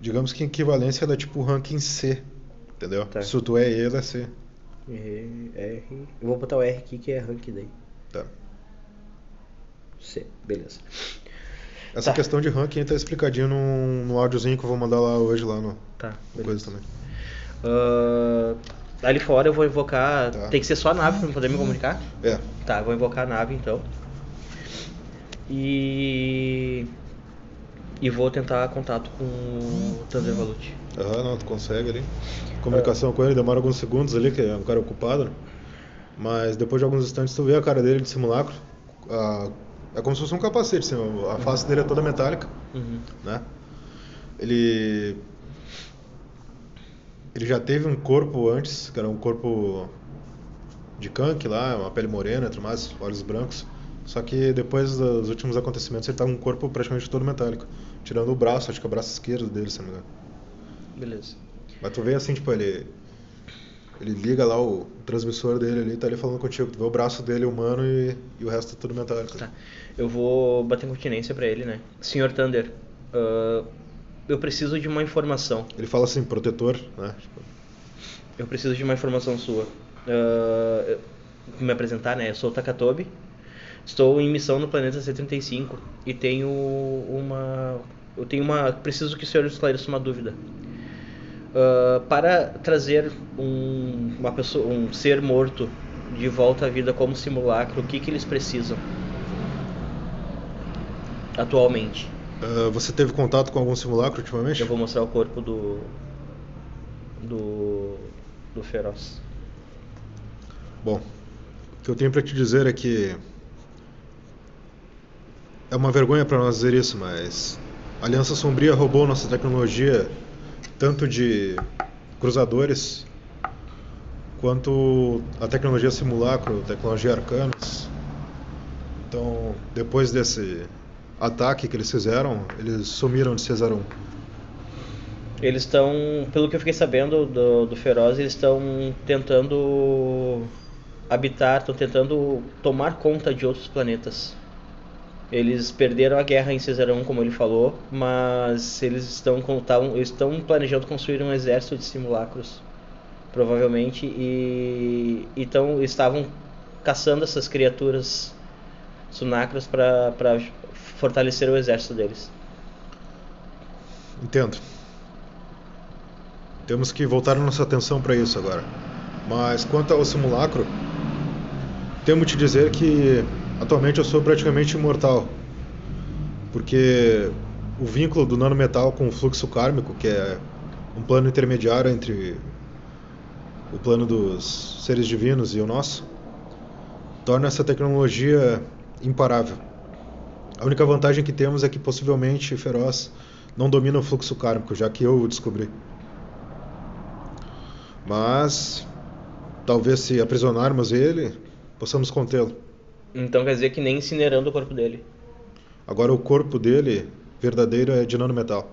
S1: Digamos que a equivalência ela é tipo ranking C, entendeu?
S2: Tá.
S1: Se tu é E, ela é C.
S2: R, R. Eu vou botar o R aqui que é rank daí.
S1: Tá.
S2: C, beleza.
S1: Essa
S2: Tá.
S1: questão de ranking tá explicadinho no, no áudiozinho que eu vou mandar lá hoje lá no
S2: Tá,
S1: no coisa também.
S2: Ah, ali fora eu vou invocar.
S1: Tá.
S2: Tem que ser só a nave pra eu poder me comunicar?
S1: É.
S2: Tá, eu vou invocar a nave então. E. E vou tentar contato com o Thunder Valut.
S1: Aham, não, tu consegue ali. Comunicação com ele demora alguns segundos ali, que é um cara ocupado, né? Mas depois de alguns instantes tu vê a cara dele de simulacro. A, é como se fosse um capacete, assim, a face dele é toda metálica,
S2: Uhum.
S1: né? Ele. Ele já teve um corpo antes, que era um corpo de kank lá, uma pele morena, tudo mais, olhos brancos. Só que depois dos últimos acontecimentos ele tá com um corpo praticamente todo metálico. Tirando o braço, acho que é o braço esquerdo dele, se não me engano.
S2: Beleza.
S1: Mas tu vê assim, tipo, ele. Ele liga lá o transmissor dele ali, tá ali falando contigo. Tu vê o braço dele humano e, e o resto é tudo metálico.
S2: Tá. Eu vou bater continência pra ele, né? Senhor Thunder, ah, eu preciso de uma informação.
S1: Ele fala assim, protetor, né? Tipo,
S2: Eu preciso de uma informação sua. Ah, eu- me apresentar, né? Eu sou o Takatobi. Estou em missão no planeta 75 e tenho uma. Eu tenho uma. Preciso que o senhor esclareça uma dúvida. Ah, para trazer um, uma pessoa, um ser morto de volta à vida como simulacro, o que, que eles precisam? Atualmente.
S1: "Ah, você teve contato com algum simulacro ultimamente?
S2: Eu vou mostrar o corpo do. Do. Do Feroz.
S1: Bom, o que eu tenho pra te dizer é que é uma vergonha pra nós dizer isso, mas a Aliança Sombria roubou nossa tecnologia, tanto de cruzadores quanto a tecnologia simulacro, tecnologia arcanos. Então, depois desse ataque que eles fizeram, eles sumiram de Cesar 1.
S2: Eles estão, pelo que eu fiquei sabendo do, do Feroz, eles estão tentando habitar, estão tentando tomar conta de outros planetas. Eles perderam a guerra em Cesarão, como ele falou, mas eles estão com- tavam- eles estão planejando construir um exército de simulacros, provavelmente, e então estavam caçando essas criaturas sunacras para fortalecer o exército deles.
S1: Entendo. Temos que voltar a nossa atenção para isso agora. Mas quanto ao simulacro, temo te dizer que atualmente eu sou praticamente imortal. Porque o vínculo do nanometal com o fluxo kármico, que é um plano intermediário entre o plano dos seres divinos e o nosso, torna essa tecnologia imparável. A única vantagem que temos é que possivelmente Feroz não domina o fluxo kármico, já que eu o descobri. Mas talvez se aprisionarmos ele, possamos contê-lo.
S2: Então quer dizer que nem incinerando o corpo dele.
S1: Agora o corpo dele verdadeiro é de nanometal.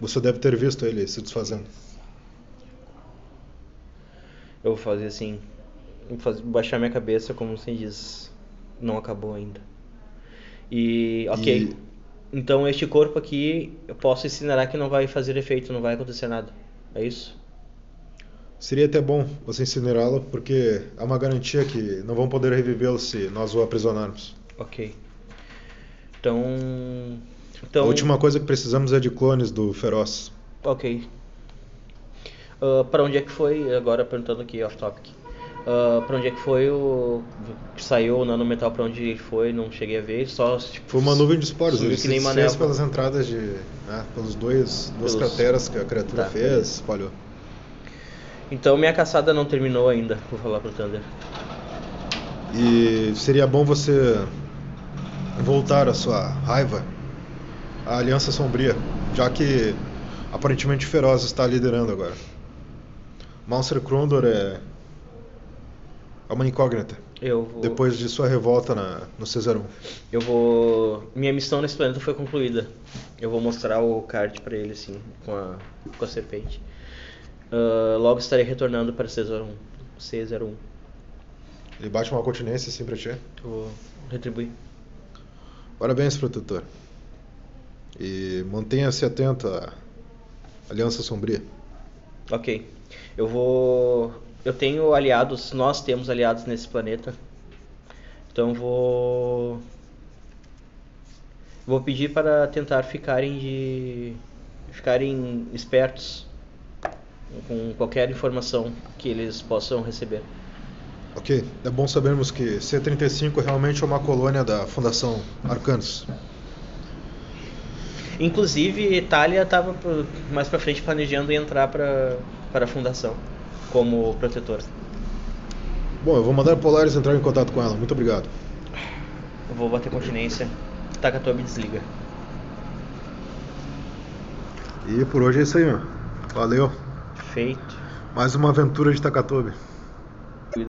S1: Você deve ter visto ele se desfazendo.
S2: Eu vou fazer assim. Vou faz- baixar minha cabeça, como você diz. Não acabou ainda. E. Ok. Então este corpo aqui eu posso incinerar que não vai fazer efeito, não vai acontecer nada. É isso?
S1: Seria até bom você incinerá-lo, porque é uma garantia que não vão poder revivê-lo se nós o aprisionarmos.
S2: Ok. Então. Então.
S1: A última coisa que precisamos é de clones do Feroz.
S2: Ok. Ah, pra onde é que foi? Agora perguntando aqui off topic. Ah, pra onde é que foi o. que Saiu o nanometal pra onde ele foi, não cheguei a ver, só tipo.
S1: Foi uma nuvem de esporos,
S2: Subiu
S1: ele
S2: que
S1: se
S2: nem uma
S1: desfez
S2: névoa.
S1: pelas entradas de. né, pelos dois duas
S2: Pelos-
S1: crateras que a criatura
S2: Tá,
S1: fez,
S2: beleza.
S1: espalhou.
S2: Então minha caçada não terminou ainda, vou falar pro Thunder.
S1: E seria bom você voltar a sua raiva à Aliança Sombria, já que aparentemente Feroz está liderando agora. Monster Krondor é. é uma incógnita.
S2: Eu vou.
S1: Depois de sua revolta na, no um. Cesar 1.
S2: Eu vou. Minha missão nesse planeta foi concluída. Eu vou mostrar o card pra ele, assim, com a, com a serpente. Ah, logo estarei retornando para C01. C01.
S1: Ele bate uma continência assim pra ti.
S2: Eu vou retribuir.
S1: Parabéns, protetor. E mantenha-se atento à Aliança Sombria.
S2: Ok. Eu vou. Eu tenho aliados, nós temos aliados nesse planeta. Então vou. Vou pedir para tentar ficarem de. ficarem espertos com qualquer informação que eles possam receber.
S1: Ok, é bom sabermos que C-35 realmente é uma colônia da Fundação Arcanos.
S2: Inclusive, Itália estava mais para frente planejando entrar para para a fundação como protetor.
S1: Bom, eu vou mandar Polaris entrar em contato com ela. Muito obrigado.
S2: Eu vou bater continência. Takatobi desliga.
S1: E por hoje é isso aí, meu. Valeu.
S2: Feito.
S1: Mais uma aventura de Takatobi.